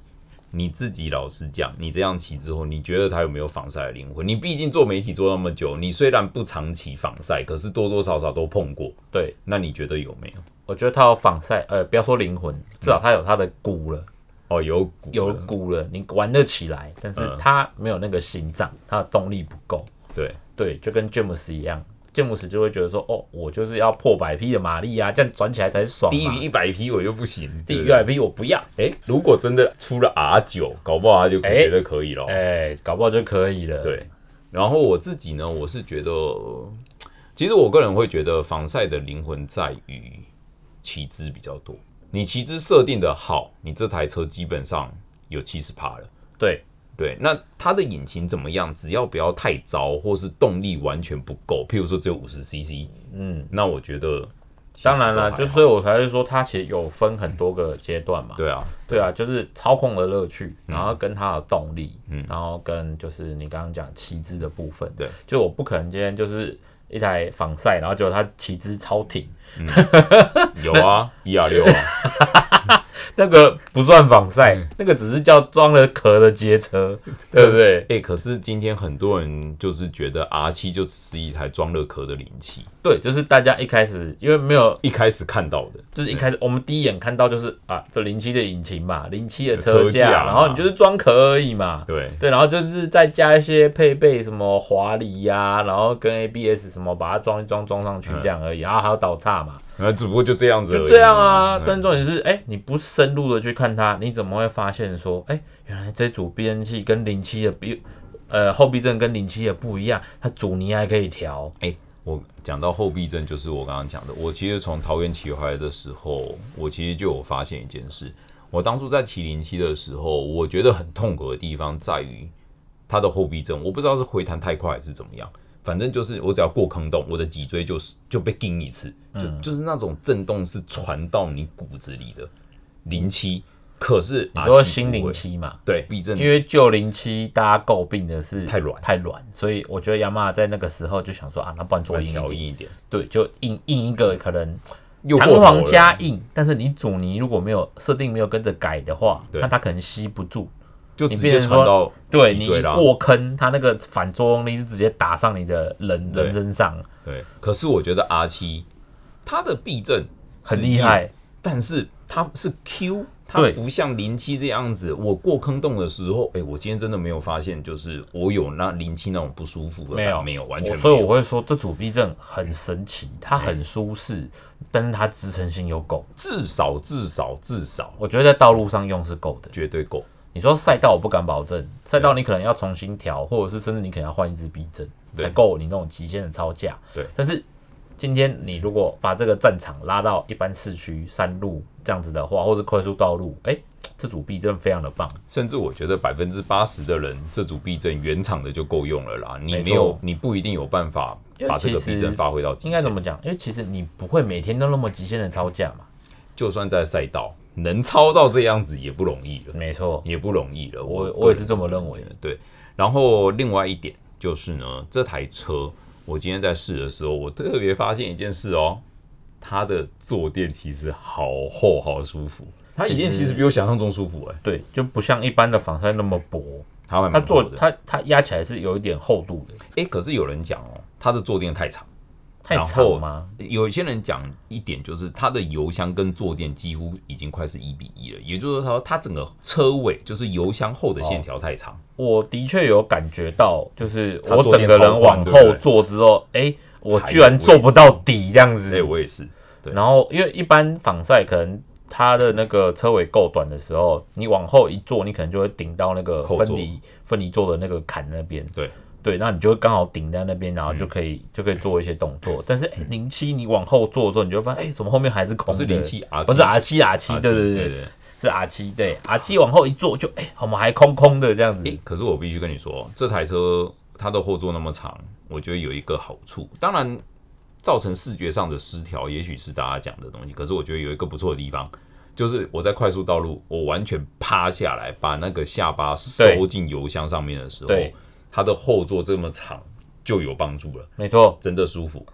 Speaker 1: 你自己老实讲，你这样骑之后，你觉得它有没有防晒的灵魂？你毕竟做媒体做那么久，你虽然不常骑防晒，可是多多少少都碰过。
Speaker 2: 对，
Speaker 1: 那你觉得有没有？
Speaker 2: 我觉得他有防晒，呃，不要说灵
Speaker 1: 嗯
Speaker 2: 魂，至少他有他的骨了，
Speaker 1: 哦，有股
Speaker 2: 有
Speaker 1: 的
Speaker 2: 骨了，你玩得起来，但是
Speaker 1: 嗯
Speaker 2: 他没有那个心脏，他的动力不够。
Speaker 1: 对，
Speaker 2: 对，就跟詹姆斯一样，詹姆斯就会觉得说，哦，我就是要破百匹的马力啊，这样转起来才爽
Speaker 1: 低
Speaker 2: 嘛。
Speaker 1: 于一百匹我就不行。
Speaker 2: 低
Speaker 1: 对
Speaker 2: 于百匹我不要，
Speaker 1: 哎、如果真的出了 R 九，搞不好他就觉得可以了。
Speaker 2: 哎、搞不好就可以了。，
Speaker 1: 对，然后我自己呢，我是觉得，呃其实我个人会觉得防晒的灵魂在于骑姿比较多。你骑姿设定的好，你这台车基本上有七十趴了。
Speaker 2: 对，
Speaker 1: 对，那它的引擎怎么样？只要不要太糟，或是动力完全不够，譬如说只有五十 CC，
Speaker 2: 嗯，
Speaker 1: 那我觉得其实
Speaker 2: 当然
Speaker 1: 都还
Speaker 2: 啦，
Speaker 1: 好
Speaker 2: 就所以我才会说，它其实有分很多个阶段嘛。
Speaker 1: 对啊，
Speaker 2: 对啊，就是操控的乐趣，然后跟它的动力，然后跟就是你刚刚讲骑姿的部分，
Speaker 1: 对，
Speaker 2: 就我不可能今天就是一台防晒，然后结果它骑姿超挺，
Speaker 1: 有啊，一 R 六啊，
Speaker 2: 那个嗯不算防晒，那个只是叫装了壳的街 车，对不对？
Speaker 1: 哎、可是今天很多人就是觉得 R 七就只是一台装了壳的零七，
Speaker 2: 对，就是大家一开始因为没有，
Speaker 1: 一开始看到的，
Speaker 2: 就是一开始我们第一眼看到就是啊，这零七的引擎嘛，零七的
Speaker 1: 车
Speaker 2: 架，
Speaker 1: 架嘛
Speaker 2: 然后你就是装壳而已嘛。
Speaker 1: 对，
Speaker 2: 对，然后就是再加一些配备，什么华梨呀、然后跟 ABS 什么，把它装一装装上去
Speaker 1: 嗯
Speaker 2: 这样而已，然后还有倒叉嘛，
Speaker 1: 那啊只不过就这样子，
Speaker 2: 就这样啊。但重点是，哎、你不深入的去看它，你怎么会发现说，哎、原来这组避震器跟零七的避，呃，后避震跟零七的不一样，它阻尼还可以调。
Speaker 1: 哎、我讲到后避震，就是我刚刚讲的，我其实从桃园骑回来的时候，我其实就有发现一件事，我当初在骑零七的时候，我觉得很痛苦的地方在于它的后避震，我不知道是回弹太快还是怎么样。反正就是我只要过坑洞，我的脊椎就是就被钉一次，就、
Speaker 2: 嗯
Speaker 1: 就是那种震动是传到你骨子里的。零七，可是
Speaker 2: 你
Speaker 1: R7
Speaker 2: 说新
Speaker 1: 不
Speaker 2: 零
Speaker 1: 会
Speaker 2: 七嘛，
Speaker 1: 对避震
Speaker 2: 因为旧零七大家诟病的是
Speaker 1: 太软
Speaker 2: 太软，所以我觉得雅马哈在那个时候就想说啊，那不然做
Speaker 1: 会
Speaker 2: 硬一
Speaker 1: 调
Speaker 2: 点，
Speaker 1: 硬一点，
Speaker 2: 对，就硬硬一个可能
Speaker 1: 又过
Speaker 2: 弹
Speaker 1: 头了
Speaker 2: 簧加硬，但是你阻尼如果没有设定没有跟着改的话，
Speaker 1: 对
Speaker 2: 那它可能吸不住。
Speaker 1: 就
Speaker 2: 你
Speaker 1: 直
Speaker 2: 变
Speaker 1: 接
Speaker 2: 成
Speaker 1: 传
Speaker 2: 说
Speaker 1: 到
Speaker 2: 对
Speaker 1: 脊
Speaker 2: 你
Speaker 1: 椎
Speaker 2: 一
Speaker 1: 啦
Speaker 2: 过坑，它那个反作用力是直接打上你的人
Speaker 1: 对
Speaker 2: 人身上，
Speaker 1: 对，可是我觉得 R 七它的避震是
Speaker 2: 很厉害
Speaker 1: 硬，。但是它是 Q，它
Speaker 2: 对
Speaker 1: 不像零七这样子。我过坑洞的时候，哎、我今天真的没有发现，就是我有那零七那种不舒服的感，
Speaker 2: 没有
Speaker 1: 没有，完全
Speaker 2: 我
Speaker 1: 没
Speaker 2: 所以
Speaker 1: 有。
Speaker 2: 我会说这组避震很神奇，它很舒适，但是它支撑性又够。
Speaker 1: 至少至少至少
Speaker 2: 我觉得在道路上用是够的。
Speaker 1: 绝对够。
Speaker 2: 你说赛道我不敢保证，赛道你可能要重新调，或者是甚至你可能要换一支避震
Speaker 1: 对
Speaker 2: 才够你那种极限的超价。
Speaker 1: 对
Speaker 2: 但是今天你如果把这个战场拉到一般市区山路这样子的话，或是快速道路，哎、这组避震非常的棒。
Speaker 1: 甚至我觉得百分之八十的人，这组避震原厂的就够用了啦。你
Speaker 2: 没
Speaker 1: 没有
Speaker 2: 错，
Speaker 1: 你不一定有办法
Speaker 2: 因为
Speaker 1: 把这个
Speaker 2: 其实
Speaker 1: 避震发挥到极
Speaker 2: 应
Speaker 1: 限。
Speaker 2: 该怎么讲？因为其实你不会每天都那么极限的超价嘛。
Speaker 1: 就算在赛道能超到这样子也不容易了。
Speaker 2: 没错，
Speaker 1: 也不容易了。
Speaker 2: 我
Speaker 1: 我
Speaker 2: 我也是这么认
Speaker 1: 个
Speaker 2: 为
Speaker 1: 人是这么觉得对，然后另外一点就是呢，这台车我今天在试的时候，我特别发现一件事哦，它的坐垫其实好厚，好舒服。它椅垫其实比我想象中舒服哎、
Speaker 2: 对，就不像一般的防晒那么薄，
Speaker 1: 它还
Speaker 2: 它
Speaker 1: 蛮
Speaker 2: 做
Speaker 1: 厚的。
Speaker 2: 它它压起来是有一点厚度的，
Speaker 1: 哎、可是有人讲哦，它的坐垫太长。
Speaker 2: 太
Speaker 1: 然后
Speaker 2: 长吗？
Speaker 1: 有些人讲一点就是它的油箱跟坐垫几乎已经快是一比一了，也就是说它整个车尾就是油箱后的
Speaker 2: 哦
Speaker 1: 线条太长。
Speaker 2: 我的确有感觉到，就是
Speaker 1: 它
Speaker 2: 我
Speaker 1: 坐垫
Speaker 2: 整个
Speaker 1: 超宽
Speaker 2: 人往
Speaker 1: 对不
Speaker 2: 后
Speaker 1: 对
Speaker 2: 坐之后，哎、我
Speaker 1: 还
Speaker 2: 居
Speaker 1: 有
Speaker 2: 然
Speaker 1: 位
Speaker 2: 坐不到底这样
Speaker 1: 哎、
Speaker 2: 子。
Speaker 1: 我也是，对
Speaker 2: 然后因为一般防晒可能它的那个车尾够短的时候，你往后一坐，你可能就会顶到那个
Speaker 1: 后
Speaker 2: 分
Speaker 1: 座
Speaker 2: 离分离座的那个坎那边。
Speaker 1: 对嗯
Speaker 2: 对，那你就会刚好顶在那边，然后就可以、就可以做一些动作。 但是零七、07你往后坐的时候，你就会发现，哎、怎么后面还是空
Speaker 1: 不
Speaker 2: 的？
Speaker 1: 哦是零七 R，
Speaker 2: 不是 R 七 R 七，
Speaker 1: R7
Speaker 2: 对
Speaker 1: 啊
Speaker 2: 对
Speaker 1: 对
Speaker 2: 对，
Speaker 1: 对。
Speaker 2: 是 R 七对 R 七往后一坐就哎、我们还空空的这样子。
Speaker 1: 诶，可是我必须跟你说，这台车它的后座那么长，我觉得有一个好处，当然造成视觉上的失调，也许是大家讲的东西。可是我觉得有一个不错的地方，就是我在快速道路，我完全趴下来，把那个下巴收进油箱上面的时候
Speaker 2: 对，
Speaker 1: 它的后座这么长就有帮助了，
Speaker 2: 没错，
Speaker 1: 真的舒服。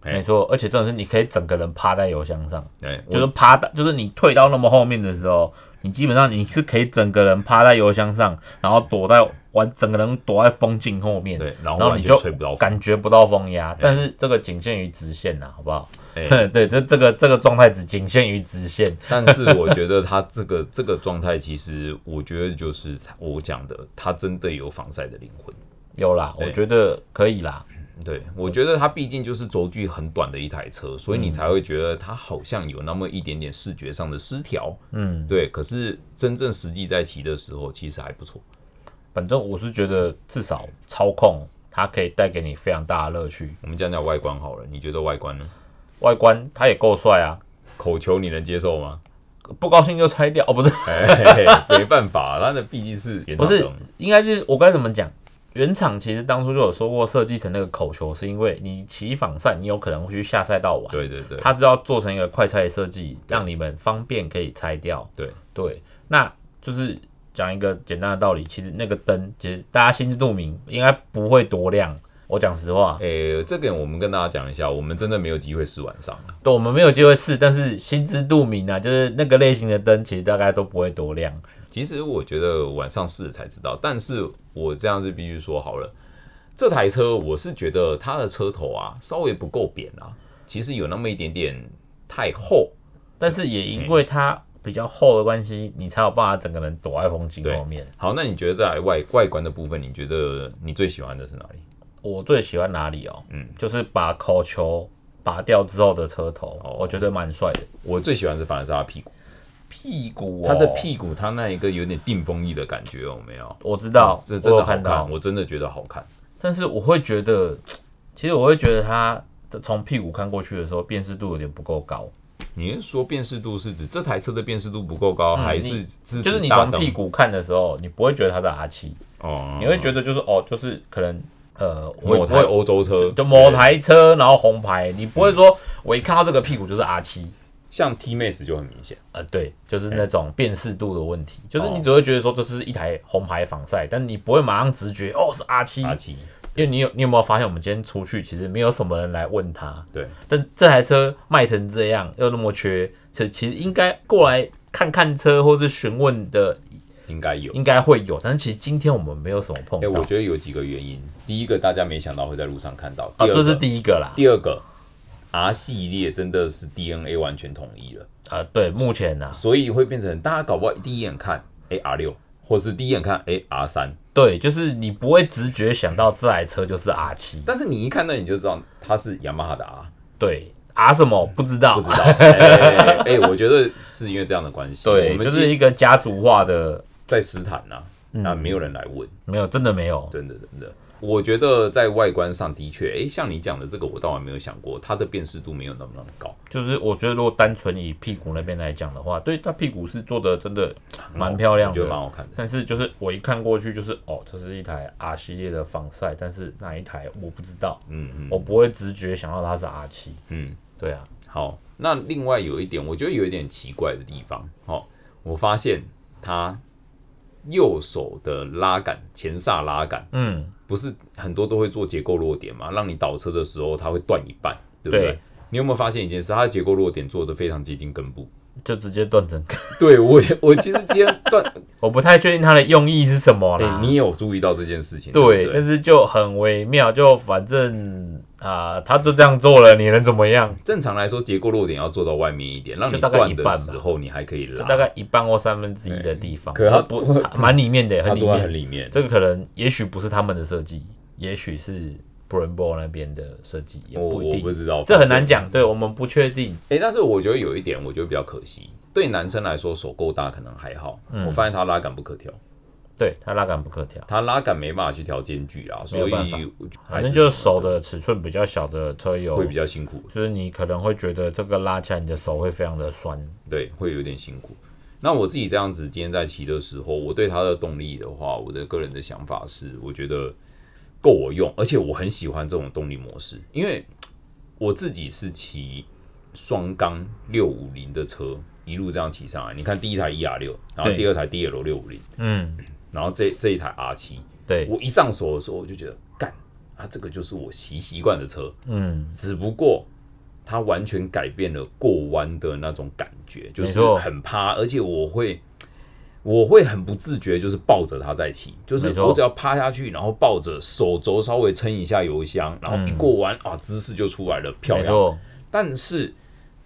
Speaker 1: 哎
Speaker 2: 没错，而且重点是你可以整个人趴在油箱上，
Speaker 1: 哎，我
Speaker 2: 就是趴到，就是你退到那么后面的时候，你基本上你是可以整个人趴在油箱上，然后躲在完整个人躲在风镜后面，
Speaker 1: 对，然
Speaker 2: 然
Speaker 1: 后
Speaker 2: 后
Speaker 1: 完
Speaker 2: 你
Speaker 1: 全
Speaker 2: 就
Speaker 1: 吹不到风，
Speaker 2: 感觉不到风压，但是这个仅限于直线啊呐、好不好？
Speaker 1: 哎，
Speaker 2: 对，这这个这个状态只仅限于直线，
Speaker 1: 但是我觉得他这个这个状态，其实我觉得就是我讲的，他真的有防晒的灵魂。
Speaker 2: 有啦，
Speaker 1: 对
Speaker 2: 我觉得可以啦，
Speaker 1: 对，我觉得它毕竟就是轴距很短的一台车，所以你才会觉得它好像有那么一点点视觉上的失调。
Speaker 2: 嗯，
Speaker 1: 对，可是真正实际在骑的时候，其实还不错。
Speaker 2: 反正我是觉得至少操控它可以带给你非常大的乐趣，
Speaker 1: 我们讲讲外观好了，你觉得外观呢？
Speaker 2: 外观它也够帅啊，
Speaker 1: 口球你能接受吗？
Speaker 2: 不高兴就拆掉哦，不是
Speaker 1: 哎，嘿嘿没办法，它那毕竟是原
Speaker 2: 不
Speaker 1: 厂
Speaker 2: 是
Speaker 1: 灯，
Speaker 2: 应该是我该怎么讲？原厂其实当初就有说过，设计成那个口球是因为你骑仿赛，你有可能会去下赛道玩，
Speaker 1: 对对对，
Speaker 2: 它是要做成一个快拆的设计，让你们方便可以拆掉。
Speaker 1: 对
Speaker 2: 对，那就是讲一个简单的道理，其实那个灯其实大家心知肚明，应该不会多亮。我讲实话，
Speaker 1: 诶、哎这点我们跟大家讲一下，我们真的没有机会试晚上。
Speaker 2: 对我们没有机会试，但是心知肚明啊，就是那个类型的灯其实大概都不会多亮。
Speaker 1: 其实我觉得晚上试了才知道，但是我这样子必须说好了，这台车我是觉得它的车头啊稍微不够扁啊，其实有那么一点点太厚，
Speaker 2: 但是也因为它比较厚的关系，你才有办法整个人躲在风景
Speaker 1: 对
Speaker 2: 后面。
Speaker 1: 好，那你觉得在外外观的部分，你觉得你最喜欢的是哪里？
Speaker 2: 我最喜欢哪里哦？
Speaker 1: 嗯，
Speaker 2: 就是把口球拔掉之后的车头，
Speaker 1: 哦
Speaker 2: 我觉得蛮帅的。
Speaker 1: 我最喜欢的反而是它的屁股，
Speaker 2: 屁股、
Speaker 1: 它的，屁股，它那一个有点定风翼的感觉有没有？
Speaker 2: 我知
Speaker 1: 嗯
Speaker 2: 道，
Speaker 1: 这真的
Speaker 2: 我有
Speaker 1: 好
Speaker 2: 看到
Speaker 1: 看，，我真的觉得好看。
Speaker 2: 但是我会觉得，其实我会觉得它的从屁股看过去的时候，辨识度有点不够高。
Speaker 1: 你是说辨识度是指这台车的辨识度不够高，还是是
Speaker 2: 嗯就是
Speaker 1: 指
Speaker 2: 你
Speaker 1: 大
Speaker 2: 从
Speaker 1: 灯
Speaker 2: 屁股看的时候，你不会觉得它是 R 七，
Speaker 1: 哦，
Speaker 2: 你会觉得就是哦，就是可能呃，我
Speaker 1: 某
Speaker 2: 也不
Speaker 1: 台
Speaker 2: 会
Speaker 1: 欧洲车
Speaker 2: 就某台车，然后红牌，你不会
Speaker 1: 嗯
Speaker 2: 说我一看到这个屁股就是 R 七。
Speaker 1: 像 T Max 就很明显。
Speaker 2: 呃，对，就是
Speaker 1: 嗯
Speaker 2: 那种辨识度的问题，
Speaker 1: 哦
Speaker 2: 就是你只会觉得说这是一台红牌防晒，但你不会马上直觉哦是 R 七，
Speaker 1: 阿七，
Speaker 2: 因为你有你有没有发现我们今天出去其实没有什么人来问他，
Speaker 1: 对，
Speaker 2: 但这台车卖成这样又那么缺，其其实应该过来看看车或是询问的
Speaker 1: 应该有。
Speaker 2: 应该会有，但是其实今天我们没有什么碰
Speaker 1: 哎、
Speaker 2: 到，
Speaker 1: 我觉得有几个原因。第一个，大家没想到会在路上看到；
Speaker 2: 啊
Speaker 1: 第二个，
Speaker 2: 这是第一个啦，
Speaker 1: 第二个，R 系列真的是 DNA 完全统一了，
Speaker 2: 啊、对，目前呢、啊，
Speaker 1: 所以会变成大家搞不好第一眼看，哎、r 六，或是第一眼看，哎、r 三，
Speaker 2: 对，就是你不会直觉想到这台车就是 R 七，
Speaker 1: 但是你一看那你就知道它是雅马哈的 R，
Speaker 2: 对，R 什么不知道
Speaker 1: 不知， 道。哎、哎哎我觉得是因为这样的关系，我
Speaker 2: 对，
Speaker 1: 们
Speaker 2: 就是一个嗯家族化的
Speaker 1: 在斯坦呐、啊，那、没有人来问。
Speaker 2: 没有，真的没有。
Speaker 1: 真的真的，我觉得在外观上的确，诶，像你讲的这个，我倒还没有想过，它的辨识度没有那么那么高，
Speaker 2: 就是我觉得，如果单纯以屁股那边来讲的话，对，它屁股是做的真的蛮漂亮
Speaker 1: 我觉得蛮
Speaker 2: 的。
Speaker 1: 好看的。
Speaker 2: 但是就是我一看过去，就是哦，这是一台 R 系列的防晒，但是哪一台我不知道，
Speaker 1: 嗯嗯
Speaker 2: 我不会直觉想到它是 R 七。
Speaker 1: 嗯，
Speaker 2: 对啊，
Speaker 1: 好。那另外有一点，我觉得有一点奇怪的地方，哦，我发现它右手的拉杆，前刹拉杆，
Speaker 2: 嗯，
Speaker 1: 不是很多都会做结构落点嘛，让你倒车的时候它会断一半，对不对？
Speaker 2: 对
Speaker 1: 你有没有发现一件事？它的结构落点做的非常接近根部。
Speaker 2: 就直接断整个。
Speaker 1: 对我，我其实今天断，
Speaker 2: 我不太确定它的用意是什么
Speaker 1: 哎、
Speaker 2: 啦。
Speaker 1: 你有注意到这件事情？
Speaker 2: 对
Speaker 1: 不，
Speaker 2: 但是就很微妙，就反正啊，他、就这样做了，你能怎么样？
Speaker 1: 正常来说，结构落点要做到外面一点，让你
Speaker 2: 就大概
Speaker 1: 断
Speaker 2: 一
Speaker 1: 的
Speaker 2: 半
Speaker 1: 时
Speaker 2: 吧
Speaker 1: 候你还可以
Speaker 2: 就
Speaker 1: 拉，
Speaker 2: 大概一半或三分之一的地方，
Speaker 1: 啊可它
Speaker 2: 不
Speaker 1: 做
Speaker 2: 蛮里面的，
Speaker 1: 它
Speaker 2: 很里
Speaker 1: 做到
Speaker 2: 面。
Speaker 1: 很里面。
Speaker 2: 这个可能也许不是他们的设计，也许是 Brembo 那边的设计，也
Speaker 1: 我
Speaker 2: 不一
Speaker 1: 我不
Speaker 2: 定，
Speaker 1: 知道，
Speaker 2: 这很难。讲。对我们不确定，
Speaker 1: 哎、但是我觉得有一点，我觉得比较可惜，对男生来说手够大可能还好，
Speaker 2: 嗯
Speaker 1: 我发现他拉杆不可调，
Speaker 2: 对它拉杆不可调，
Speaker 1: 他拉杆没办法去调间距啊，
Speaker 2: 没
Speaker 1: 所
Speaker 2: 有
Speaker 1: 以
Speaker 2: 办法
Speaker 1: 我觉得还
Speaker 2: 反
Speaker 1: 是
Speaker 2: 正就是手的尺寸比较小的车友
Speaker 1: 会比，较辛苦，
Speaker 2: 就是你可能会觉得这个拉起来你的手会非常的酸。
Speaker 1: 对，会有点辛苦。那我自己这样子，今天在骑的时候，我对它的动力的话，我的个人的想法是，我觉得够我用，而且我很喜欢这种动力模式，因为我自己是骑双缸六五零的车，一路这样骑上来。你看第一台 E R 六，然后
Speaker 2: 对
Speaker 1: 第二台 D L 六五零，
Speaker 2: 嗯，
Speaker 1: 然后这这一台 R 七，
Speaker 2: 对，
Speaker 1: 我一上手的时候，我就觉得干啊，这个就是我骑习惯的车，
Speaker 2: 嗯，
Speaker 1: 只不过它完全改变了过弯的那种感觉，就
Speaker 2: 没
Speaker 1: 是
Speaker 2: 错
Speaker 1: 很趴，而且我会。我会很不自觉，就是抱着它在骑，就是
Speaker 2: 没错
Speaker 1: 我只要趴下去，然后抱着手肘稍微撑一下油箱，然后一过弯、啊，姿势就出来了，漂
Speaker 2: 嗯没
Speaker 1: 亮。
Speaker 2: 错，
Speaker 1: 但是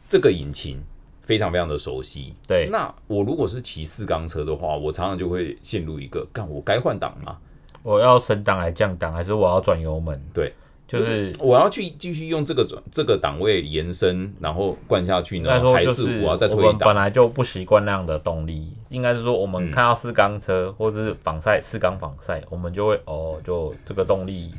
Speaker 1: 这个引擎非常非常的熟悉，
Speaker 2: 对，
Speaker 1: 那我如果是骑四缸车的话，我常常就会陷入一个，干我该换挡吗？
Speaker 2: 我要升档还降档，还是我要转油门？
Speaker 1: 对，
Speaker 2: 就是
Speaker 1: 我要去继续用这个转这个档位延伸，然后灌下去
Speaker 2: 应
Speaker 1: 呢
Speaker 2: 该，说
Speaker 1: 哦还
Speaker 2: 就是是
Speaker 1: 我要再推
Speaker 2: 们
Speaker 1: 一
Speaker 2: 本
Speaker 1: 档？
Speaker 2: 来就不习惯那样的动力，应该是说我
Speaker 1: 嗯
Speaker 2: 们看到四缸车或者是仿赛四缸仿赛，我们就会哦，就这个动力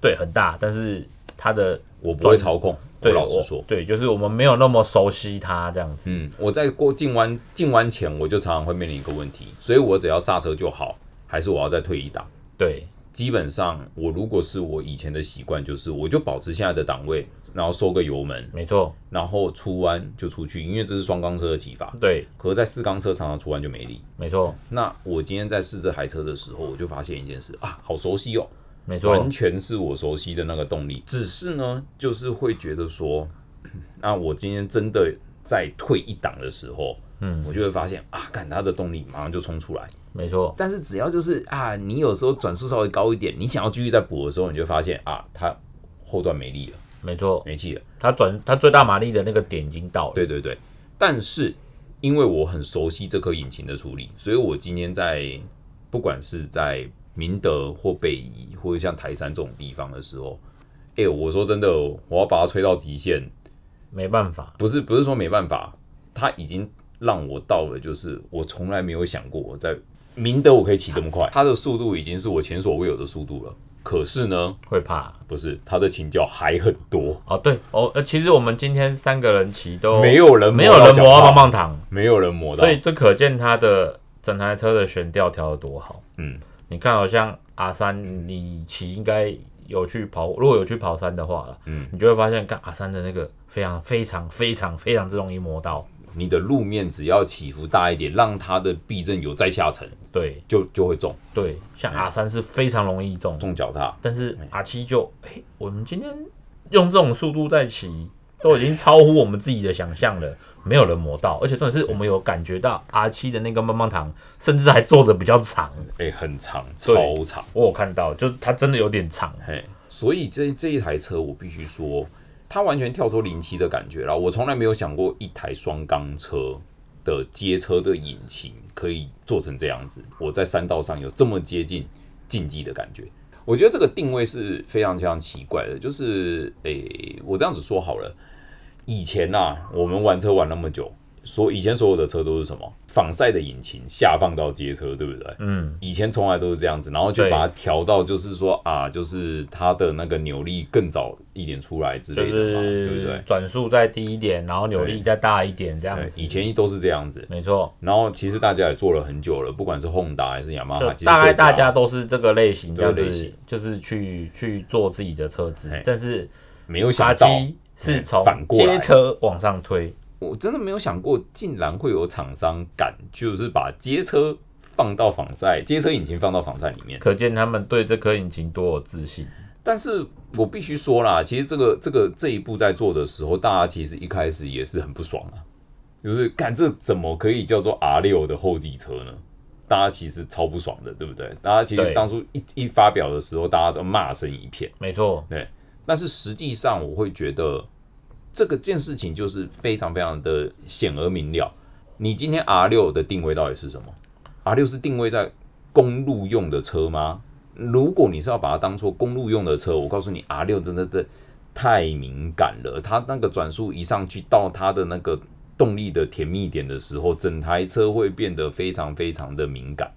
Speaker 2: 对很大，但是它的
Speaker 1: 我不会操控，我
Speaker 2: 对
Speaker 1: 老实
Speaker 2: 我
Speaker 1: 说，
Speaker 2: 对，就是我们没有那么熟悉它这样子。
Speaker 1: 嗯，我在过进弯进弯前，我就常常会面临一个问题，所以我只要刹车就好，还是我要再退一档？
Speaker 2: 对，
Speaker 1: 基本上，我如果是我以前的习惯，就是我就保持现在的档位，然后收个油门，
Speaker 2: 没错，
Speaker 1: 然后出弯就出去，因为这是双缸车的骑法。
Speaker 2: 对，
Speaker 1: 可是在四缸车常常出弯就没力。
Speaker 2: 没错，
Speaker 1: 那我今天在试这台车的时候，我就发现一件事啊，好熟悉哦，
Speaker 2: 没错
Speaker 1: 完，全是我熟悉的那个动力。只是呢，就是会觉得说， 那我今天真的在退一档的时候，
Speaker 2: 嗯，
Speaker 1: 我就会发现啊，看它的动力马上就冲出来。
Speaker 2: 没错，
Speaker 1: 但是只要就是啊，你有时候转速稍微高一点，你想要继续再补的时候，你就发现啊，它后段没力了，
Speaker 2: 没错，
Speaker 1: 没气了。
Speaker 2: 它转它最大马力的那个点已经到了。
Speaker 1: 对对对，但是因为我很熟悉这颗引擎的处理，所以我今天在不管是在明德或北宜，或者像台山这种地方的时候，哎、我说真的哦，我要把它吹到极限，
Speaker 2: 没办法，
Speaker 1: 不是不是说没办法，它已经让我到了，就是我从来没有想过我在明德我可以骑这么快，它的速度已经是我前所未有的速度了。可是呢，
Speaker 2: 会怕
Speaker 1: 不是它的琴脚还很多，
Speaker 2: 哦。对哦，呃，其实我们今天三个人骑都
Speaker 1: 哦没有人啊
Speaker 2: 没有人磨
Speaker 1: 到
Speaker 2: 到
Speaker 1: 脚
Speaker 2: 棒
Speaker 1: 泡，
Speaker 2: 棒糖，
Speaker 1: 没有人磨到，
Speaker 2: 所以这可见它的整台车的悬吊调的多好。
Speaker 1: 嗯。
Speaker 2: 你看，好像阿三，你骑应该有去跑，如果有去跑山的话了，
Speaker 1: 嗯，
Speaker 2: 你就会发现，看阿三的那个非常非常非常非常之容易磨到，
Speaker 1: 你的路面只要起伏大一点，让它的避震有再下沉，
Speaker 2: 对
Speaker 1: 就就会中
Speaker 2: 对，像
Speaker 1: 哎
Speaker 2: 阿三是非常容易中，
Speaker 1: 中脚踏。
Speaker 2: 但是阿七就，哎、我们今天用这种速度在骑，都已经超乎我们自己的想象了，没有人磨到，而且重点是我们有感觉到阿七的那个棒棒糖，甚至还做的比较长，
Speaker 1: 哎、很长，
Speaker 2: 对
Speaker 1: 超长，
Speaker 2: 我有看到，就它真的有点长，
Speaker 1: 嘿，所以这这一台车我必须说，它完全跳脱零七的感觉啦。我从来没有想过一台双缸车的街车的引擎可以做成这样子，我在山道上有这么接近竞技的感觉。我觉得这个定位是非常非常奇怪的，就是诶、我这样子说好了，以前呐、我们玩车玩那么久，所以前所有的车都是什么仿赛的引擎下放到街车，对不对？
Speaker 2: 嗯，
Speaker 1: 以前从来都是这样子，然后就
Speaker 2: 对
Speaker 1: 把它调到就是说啊，就是它的那个扭力更早一点出来之
Speaker 2: 就
Speaker 1: 类的嘛，对不
Speaker 2: 是
Speaker 1: 对？
Speaker 2: 转速再低一点，然后扭力再大一点这样
Speaker 1: 对
Speaker 2: 子，
Speaker 1: 以前都是这样子，
Speaker 2: 没错，
Speaker 1: 然后其实大家也做了很久了，不管是 Honda 还是雅马
Speaker 2: 就
Speaker 1: 哈，啊其实
Speaker 2: 大概
Speaker 1: 都这样
Speaker 2: 大家都是这个类型，这
Speaker 1: 这个
Speaker 2: 样
Speaker 1: 类
Speaker 2: 子
Speaker 1: 型
Speaker 2: 就是去去做自己的车子
Speaker 1: 嘿，
Speaker 2: 但是
Speaker 1: 没有
Speaker 2: 阿
Speaker 1: 想到，
Speaker 2: 七是从
Speaker 1: 反过来
Speaker 2: 街车往上推。
Speaker 1: 我真的没有想过，竟然会有厂商敢就是把街车放到仿赛，街车引擎放到仿赛里面。
Speaker 2: 可见他们对这颗引擎多有自信。
Speaker 1: 但是我必须说啦，其实这个这个这一步在做的时候，大家其实一开始也是很不爽啊，就是看这怎么可以叫做 R 六的后继车呢？大家其实超不爽的，对不对？大家其
Speaker 2: 对
Speaker 1: 实当初一一发表的时候，大家都骂声一片。
Speaker 2: 没错，
Speaker 1: 但是实际上，我会觉得这个件事情就是非常非常的显而明了。你今天 R 六的定位到底是什么？R 六是定位在公路用的车吗？如果你是要把它当做公路用的车，我告诉你，R 六真的真的太敏感了。它那个转速一上去到它的那个动力的甜蜜点的时候，整台车会变得非常非常的敏感，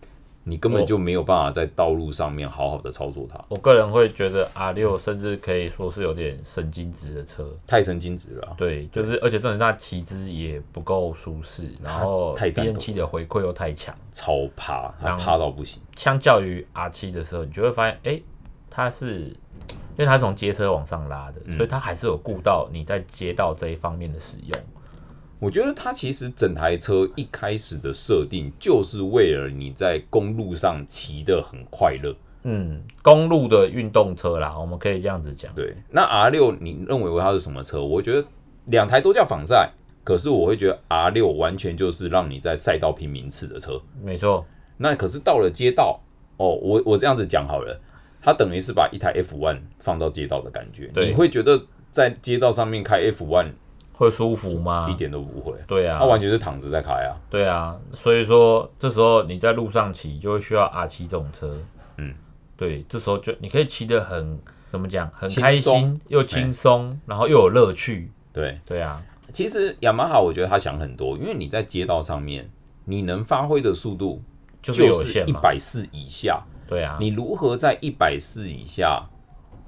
Speaker 1: 你根本
Speaker 2: 哦
Speaker 1: 就没有办法在道路上面好好的操作它，
Speaker 2: 我个人会觉得 R 六
Speaker 1: 嗯
Speaker 2: 甚至可以说是有点神经质的车。
Speaker 1: 太神经质了啊、
Speaker 2: 对，就是而且重点是它骑姿也不够舒适，然后
Speaker 1: 太
Speaker 2: B
Speaker 1: 战斗
Speaker 2: N 七的回馈又太强。
Speaker 1: 超趴，
Speaker 2: 然
Speaker 1: 他
Speaker 2: 后
Speaker 1: 趴到不行。
Speaker 2: 相较于 R 七的时候，你就会发现，哎、它是因为它是从街车往上拉
Speaker 1: 嗯
Speaker 2: 的，所以它还是有顾到你在街道这一方面的使用。
Speaker 1: 我觉得它其实整台车一开始的设定就是为了你在公路上骑得很快乐。
Speaker 2: 嗯，公路的运动车啦，我们可以这样子讲。
Speaker 1: 对，那 R 六你认为它是什么车？我觉得两台都叫仿赛，可是我会觉得 R 六完全就是让你在赛道拼名次的车。
Speaker 2: 没错，
Speaker 1: 那可是到了街道，哦，我我这样子讲好了，它等于是把一台 F one 放到街道的感觉，
Speaker 2: 对
Speaker 1: 你会觉得在街道上面开 F one
Speaker 2: 会舒服吗？
Speaker 1: 一点都不会，
Speaker 2: 对
Speaker 1: 它、
Speaker 2: 啊，
Speaker 1: 完全是躺着在开啊。
Speaker 2: 对啊，所以说这时候你在路上骑就会需要 R 七这种车，
Speaker 1: 嗯，
Speaker 2: 对，这时候就你可以骑得很怎么讲，很
Speaker 1: 轻松哎
Speaker 2: 开心又轻松，然后又有乐趣，
Speaker 1: 对，
Speaker 2: 对啊，
Speaker 1: 其实雅马哈我觉得他想很多，因为你在街道上面你能发挥的速度
Speaker 2: 就是有
Speaker 1: 是
Speaker 2: 限
Speaker 1: 一
Speaker 2: 嘛，
Speaker 1: 百四以下，
Speaker 2: 对啊，
Speaker 1: 你如何在一百四以下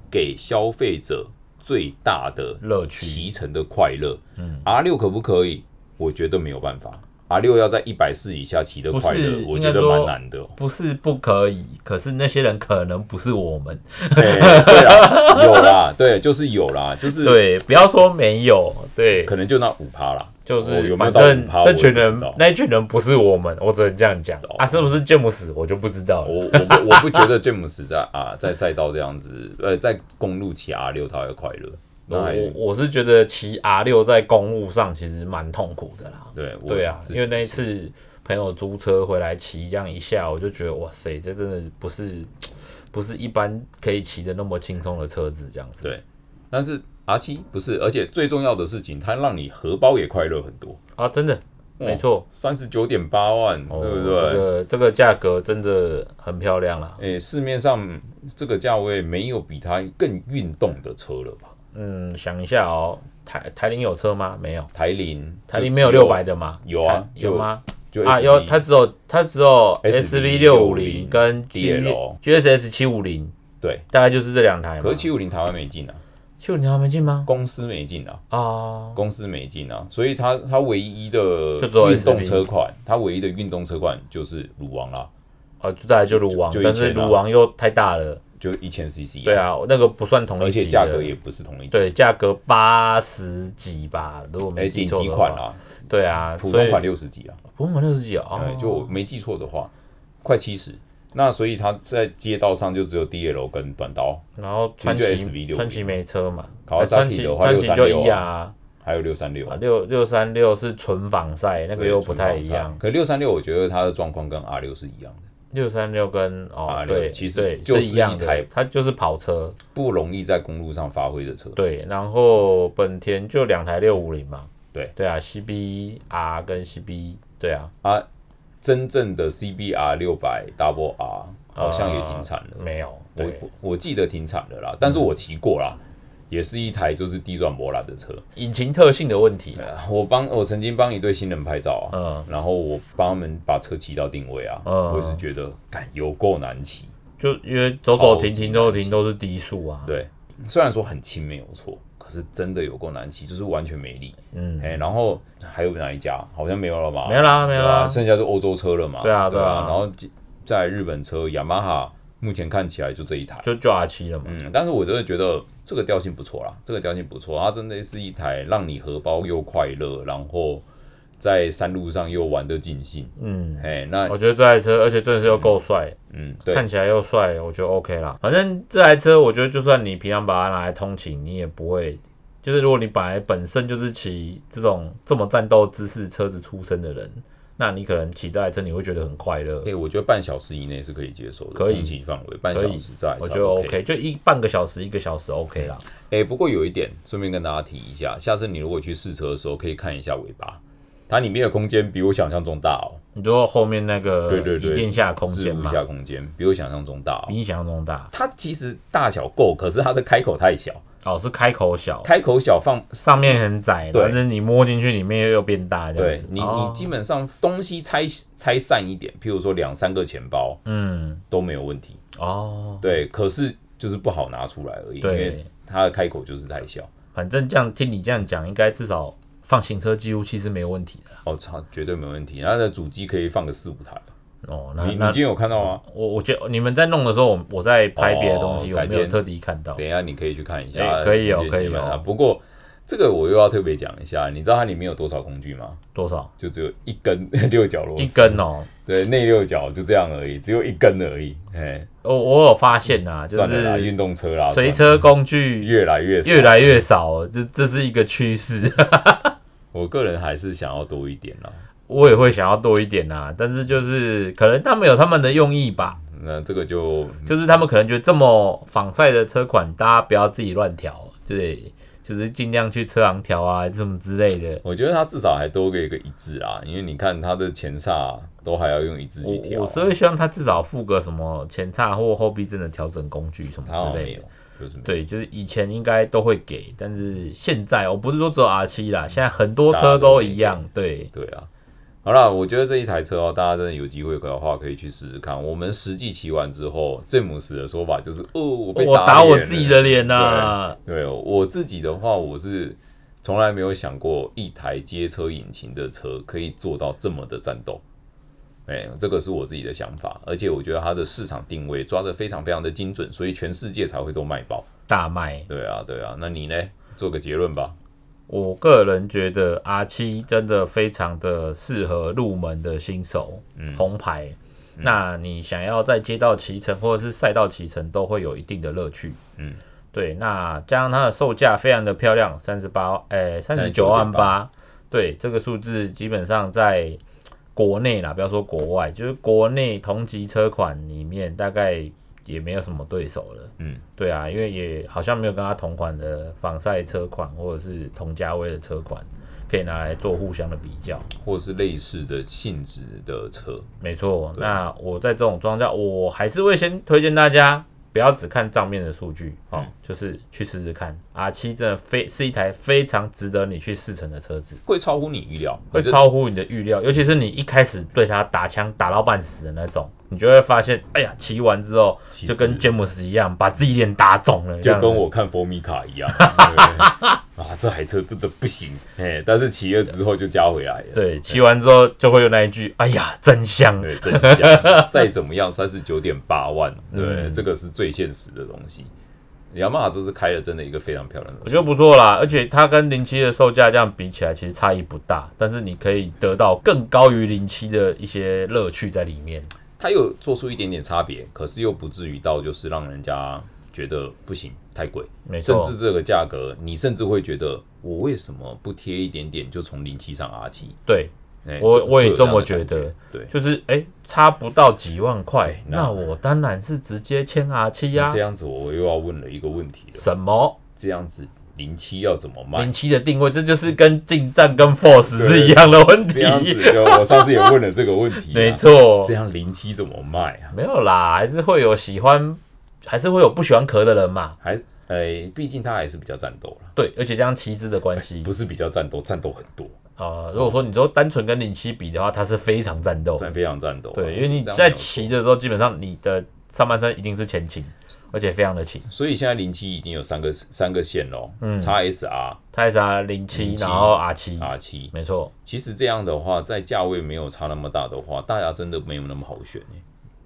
Speaker 1: 给消费者最大的
Speaker 2: 乐趣
Speaker 1: 骑乘的快乐？
Speaker 2: 嗯
Speaker 1: ，R 六可不可以？我觉得没有办法。R 六要在一百四以下骑得快
Speaker 2: 不
Speaker 1: 乐
Speaker 2: 是，
Speaker 1: 我觉
Speaker 2: 应该
Speaker 1: 得
Speaker 2: 说
Speaker 1: 蛮难的 哦。
Speaker 2: 不是不可以，可是那些人可能不是我们，
Speaker 1: 对对啦，有啦，对，就是有啦，就是
Speaker 2: 对，不要说没有，对，
Speaker 1: 可能就那五趴啦，
Speaker 2: 就
Speaker 1: 我
Speaker 2: 是
Speaker 1: 有没有
Speaker 2: 反
Speaker 1: 到
Speaker 2: 正
Speaker 1: 五趴，我
Speaker 2: 这
Speaker 1: 也
Speaker 2: 群
Speaker 1: 不知
Speaker 2: 人
Speaker 1: 道
Speaker 2: 那一群人不是我们，我只能这样讲
Speaker 1: 懂
Speaker 2: 啊，是不是詹姆斯我就不知道了，
Speaker 1: 我我不我不觉得詹姆斯在啊在赛道这样子，呃，在公路骑 R 六他会快乐。
Speaker 2: 我
Speaker 1: 那还
Speaker 2: 我我是觉得骑 R 六在公路上其实蛮痛苦的啦。
Speaker 1: 对我
Speaker 2: 对啊，
Speaker 1: 自己
Speaker 2: 因为那一次朋友租车回来骑这样一下，我就觉得哇塞，这真的不是不是一般可以骑的那么轻松的车子这样子。
Speaker 1: 对但是 R 七不是，而且最重要的事情，它让你荷包也快乐很多，
Speaker 2: 啊，真的没错，
Speaker 1: 三十九点八万，
Speaker 2: 哦
Speaker 1: 对不
Speaker 2: 这
Speaker 1: 对？
Speaker 2: 个这个价格真的很漂亮啦。
Speaker 1: 诶，市面上这个价位没有比它更运动的车了吧？
Speaker 2: 嗯，想一下哦，台台铃有车吗？没有，
Speaker 1: 台铃，
Speaker 2: 台铃没有六百，的吗？
Speaker 1: 有啊
Speaker 2: 台
Speaker 1: 就
Speaker 2: 有吗？
Speaker 1: 就
Speaker 2: 啊，
Speaker 1: SUV
Speaker 2: 有，它只有它只有
Speaker 1: SV
Speaker 2: SV 六五零跟 G
Speaker 1: DL
Speaker 2: GSS 七五零，
Speaker 1: 对，
Speaker 2: 大概就是这两台嘛。
Speaker 1: 可是七五零台湾没进啊，
Speaker 2: 七五零还没进吗？
Speaker 1: 公司没进啊，
Speaker 2: 哦，
Speaker 1: 公司没进啊，所以它它唯一的
Speaker 2: 就只有
Speaker 1: 运动
Speaker 2: SUV
Speaker 1: 车款，它唯一的运动车款就是鲁王啦，
Speaker 2: 哦，就再来就鲁王
Speaker 1: 就，就
Speaker 2: 但
Speaker 1: 一
Speaker 2: 是
Speaker 1: 千啊
Speaker 2: 鲁王又太大了，
Speaker 1: 就一千 CC，
Speaker 2: 对，啊，那个不算同
Speaker 1: 而
Speaker 2: 一级
Speaker 1: 且
Speaker 2: 的
Speaker 1: 价格也不是同一级，
Speaker 2: 对，价格八十几吧，如果
Speaker 1: 诶，
Speaker 2: 没记
Speaker 1: 哎顶
Speaker 2: 错
Speaker 1: 级
Speaker 2: 的
Speaker 1: 款
Speaker 2: 话，
Speaker 1: 啦，
Speaker 2: 对啊，
Speaker 1: 普
Speaker 2: 所
Speaker 1: 通
Speaker 2: 以
Speaker 1: 款六十几啦。
Speaker 2: 普通款六十几哦，
Speaker 1: 对，
Speaker 2: 哦
Speaker 1: 就我没记错的话，快七十。那所以他在街道上就只有 DL 跟短刀，
Speaker 2: 然后川
Speaker 1: 就
Speaker 2: 崎
Speaker 1: SV60
Speaker 2: 川崎没车嘛，
Speaker 1: Kawasaki
Speaker 2: 哎川崎
Speaker 1: 的话
Speaker 2: 川崎就
Speaker 1: 636
Speaker 2: 一样啊，
Speaker 1: 还有六三六
Speaker 2: 啊，六六三六是纯防晒，那
Speaker 1: 那
Speaker 2: 个又不太一样，
Speaker 1: 可六三六，我觉得它的状况跟 R 六是一样的，
Speaker 2: 六三六跟哦
Speaker 1: 啊
Speaker 2: 对，
Speaker 1: 其实
Speaker 2: 对
Speaker 1: 就是
Speaker 2: 是一样
Speaker 1: 一台
Speaker 2: 的，它就是跑车，
Speaker 1: 不容易在公路上发挥的车。
Speaker 2: 对，然后本田就两台六五零嘛，
Speaker 1: 对
Speaker 2: 对啊，CBR 跟 CB，对啊，
Speaker 1: 啊，真正的 CBR 六百 Double R 好像也停产了，
Speaker 2: 呃没有，
Speaker 1: 我
Speaker 2: 对，
Speaker 1: 我记得停产了啦，但是我骑过啦，也是一台就是低转摩拉的车。
Speaker 2: 引擎特性的问题啦，
Speaker 1: 呃我帮我曾经帮一对新人拍照啊，
Speaker 2: 嗯，
Speaker 1: 然后我帮他们把车骑到定位啊，
Speaker 2: 嗯
Speaker 1: 我也是觉得，感有够难骑。
Speaker 2: 就因为走走停停走走停都是低速啊，，
Speaker 1: 对，虽然说很轻没有错，可是真的有够难骑，就是完全没力。
Speaker 2: 嗯，
Speaker 1: 哎、然后还有哪一家？好像没有了吧？
Speaker 2: 没啦没
Speaker 1: 对啊，
Speaker 2: 啦，
Speaker 1: 剩下是欧洲车了嘛？
Speaker 2: 对啊对啊
Speaker 1: 然后在日本车雅马哈，目前看起来就这一台。
Speaker 2: 就就 R 七了嘛，
Speaker 1: 嗯，但是我真的觉得这个调性不错啦，这个调性不错，它真的是一台让你荷包又快乐，然后在山路上又玩得尽兴。
Speaker 2: 嗯。
Speaker 1: 哎，那
Speaker 2: 我觉得这台车，而且真的是又够帅，
Speaker 1: 嗯，对，
Speaker 2: 看起来又帅，我觉得 OK 啦。反正这台车，我觉得就算你平常把它拿来通勤，你也不会，就是如果你本来本身就是骑这种这么战斗姿势车子出身的人，那你可能骑这台车你会觉得很快乐
Speaker 1: 哎、。我觉得半小时以内是可以接受的，
Speaker 2: 可以
Speaker 1: 通勤范围半小
Speaker 2: 可以
Speaker 1: 时在，
Speaker 2: 我觉得 OK，就一半个小时、一个小时 OK 啦。
Speaker 1: 哎、不过有一点，顺便跟大家提一下，下次你如果去试车的时候，可以看一下尾巴，它里面的空间比我想象中大哦，
Speaker 2: 你说后面那个
Speaker 1: 对对对
Speaker 2: 一定下空
Speaker 1: 置
Speaker 2: 间
Speaker 1: 物
Speaker 2: 嘛，
Speaker 1: 下空间比我想象中大哦
Speaker 2: 比。你想象中大。
Speaker 1: 它其实大小够，可是它的开口太小，
Speaker 2: 哦，是开口小，
Speaker 1: 开口小放
Speaker 2: 上面很窄，
Speaker 1: 对
Speaker 2: 反正你摸进去里面又变大这样
Speaker 1: 对
Speaker 2: 子。
Speaker 1: 你，
Speaker 2: 哦
Speaker 1: 你基本上东西拆拆散一点，譬如说两三个钱包
Speaker 2: 嗯
Speaker 1: 都没有问题，
Speaker 2: 哦，
Speaker 1: 对，可是就是不好拿出来而已，因为
Speaker 2: 对，
Speaker 1: 它的开口就是太小。
Speaker 2: 反正这样听你这样讲，应该至少放行车记录器是没有问题的。
Speaker 1: 哦，操，绝对没问题。它的主机可以放个四五台。
Speaker 2: 哦，那
Speaker 1: 你你
Speaker 2: 那哦
Speaker 1: 今天有看到吗？
Speaker 2: 我我觉得你们在弄的时候，我我在拍别的东西，
Speaker 1: 哦改
Speaker 2: 我
Speaker 1: 天
Speaker 2: 没有特地看到
Speaker 1: 等。一下你可以去看一下，
Speaker 2: 哎可以哦
Speaker 1: 你就先买它
Speaker 2: 可以哦
Speaker 1: 不过这个我又要特别讲一下，你知道它里面有多少工具吗？
Speaker 2: 多少？
Speaker 1: 就只有一根 六角螺丝，
Speaker 2: 一根哦。
Speaker 1: 对，内六角就这样而已，只有一根而已。哎，
Speaker 2: 我我有发现呐、就
Speaker 1: 算了啦，
Speaker 2: 是
Speaker 1: 运动车啦，算
Speaker 2: 随车工
Speaker 1: 了
Speaker 2: 具
Speaker 1: 越来越少
Speaker 2: 越来越少，这这是一个趋势。
Speaker 1: 我个人还是想要多一点啦。
Speaker 2: 我也会想要多一点呐、但是就是可能他们有他们的用意吧，
Speaker 1: 那这个就
Speaker 2: 就是他们可能觉得这么仿赛的车款，大家不要自己乱调，对，就是尽量去车行调啊，什么之类的。
Speaker 1: 我觉得它至少还多给一个一字啦，因为你看它的前刹都还要用一字去
Speaker 2: 我
Speaker 1: 调
Speaker 2: 我
Speaker 1: 啊，
Speaker 2: 是会希望他至少附个什么前叉或后避震的调整工具什
Speaker 1: 它好
Speaker 2: 么
Speaker 1: 哦像
Speaker 2: 之
Speaker 1: 没
Speaker 2: 类的
Speaker 1: 有。，就是没有
Speaker 2: 对，就是以前应该都会给，但是现在我不是说只有 R 七啦，现在很多
Speaker 1: 大家
Speaker 2: 车
Speaker 1: 都
Speaker 2: 都
Speaker 1: 会给
Speaker 2: 一样。对，
Speaker 1: 对啊。好啦，我觉得这一台车哦，大家真的有机会的话可以去试试看。我们实际骑完之后，詹姆斯的说法就是：哦，我被
Speaker 2: 我打
Speaker 1: 打
Speaker 2: 我
Speaker 1: 脸
Speaker 2: 自己
Speaker 1: 了
Speaker 2: 的脸呐、啊。
Speaker 1: 对哦，我自己的话，我是从来没有想过一台街车引擎的车可以做到这么的战斗。哎，这个是我自己的想法，而且我觉得它的市场定位抓得非常非常的精准，所以全世界才会都卖爆。
Speaker 2: 大卖，
Speaker 1: 对啊，对啊，那你呢？做个结论吧。
Speaker 2: 我个人觉得 R 七真的非常的适合入门的新手，
Speaker 1: 嗯
Speaker 2: 红牌。那你想要在街道骑乘或者是赛道骑乘，都会有一定的乐趣。
Speaker 1: 嗯，
Speaker 2: 对。那加上它的售价非常的漂亮，三十八，哎，三十九万八。对，这个数字基本上在国内啦，不要说国外，就是国内同级车款里面，大概也没有什么对手了。
Speaker 1: 嗯，
Speaker 2: 对啊，因为也好像没有跟它同款的仿赛车款或者是同价位的车款可以拿来做互相的比较。
Speaker 1: 或是类似的性质的车，
Speaker 2: 没错，
Speaker 1: 对
Speaker 2: 那我在这种状态，我还是会先推荐大家不要只看账面的数据哦，
Speaker 1: 嗯
Speaker 2: 就是去试试看。R 七真的非是一台非常值得你去试乘的车子，
Speaker 1: 会超乎你预料，
Speaker 2: 会
Speaker 1: 这
Speaker 2: 超乎你的预料，尤其是你一开始对它打枪打到半死的那种，你就会发现，哎呀，骑完之后
Speaker 1: 其实
Speaker 2: 就跟詹姆斯一样，把自己脸打肿了，这
Speaker 1: 就
Speaker 2: 样子
Speaker 1: 跟我看佛米卡 一样。对啊，这台车真的不行，哎，但是骑了之后就加回来了。
Speaker 2: 对骑完之后就会有那一句，哎呀，真香。
Speaker 1: 对，真香。再怎么样，三十九点八万，对，
Speaker 2: 嗯
Speaker 1: 这个是最现实的东西。雅马哈这次开了真的一个非常漂亮的
Speaker 2: 我
Speaker 1: 东西，
Speaker 2: 觉得不错啦，而且它跟零七的售价这样比起来，其实差异不大，但是你可以得到更高于零七的一些乐趣在里面。
Speaker 1: 它有做出一点点差别，可是又不至于到就是让人家觉得不行，太贵，
Speaker 2: 没
Speaker 1: 甚
Speaker 2: 错
Speaker 1: 至，这个价格，你甚至会觉得我为什么不贴一点点就从零七上 R 七？
Speaker 2: 对，
Speaker 1: 哎
Speaker 2: 我
Speaker 1: 这
Speaker 2: 我
Speaker 1: 会
Speaker 2: 也
Speaker 1: 有样
Speaker 2: 这么
Speaker 1: 的感
Speaker 2: 觉得
Speaker 1: 对。
Speaker 2: 就是哎、诶差不到几万块，
Speaker 1: 那
Speaker 2: 那我当然是直接签 R 七呀
Speaker 1: 这。样子我又要问了一个问题了，
Speaker 2: 什么
Speaker 1: 这样子零七要怎么卖
Speaker 2: 零？七的定位，这就是跟进站跟 Force 是一样的问
Speaker 1: 这样子
Speaker 2: 题。
Speaker 1: 就我上次也问了这个问题、啊，
Speaker 2: 没，错
Speaker 1: 这，样零七怎么卖啊？
Speaker 2: 没有啦，还是会有喜欢，还是会有不喜欢壳的人嘛。
Speaker 1: 还呃，毕竟它还是比较战斗啦，
Speaker 2: 对，而且这样旗帜的关系，
Speaker 1: 不是比较战斗，战斗很多，
Speaker 2: 呃，如果说你说单纯跟零七比的话，它是非常战斗，
Speaker 1: 战非常战斗啊。
Speaker 2: 哦对，因为你
Speaker 1: 是这样
Speaker 2: 在
Speaker 1: 没有错
Speaker 2: 骑，的时候，基本上你的上半身一定是前倾，而且非常的轻。
Speaker 1: 所以现在零七已经有三个三个线喽，嗯，x S R
Speaker 2: x S R 啊零七，
Speaker 1: 07
Speaker 2: 然后 R 七，
Speaker 1: R 七，
Speaker 2: 没错，
Speaker 1: 其实这样的话，在价位没有差那么大的话，大家真的没有那么好选欸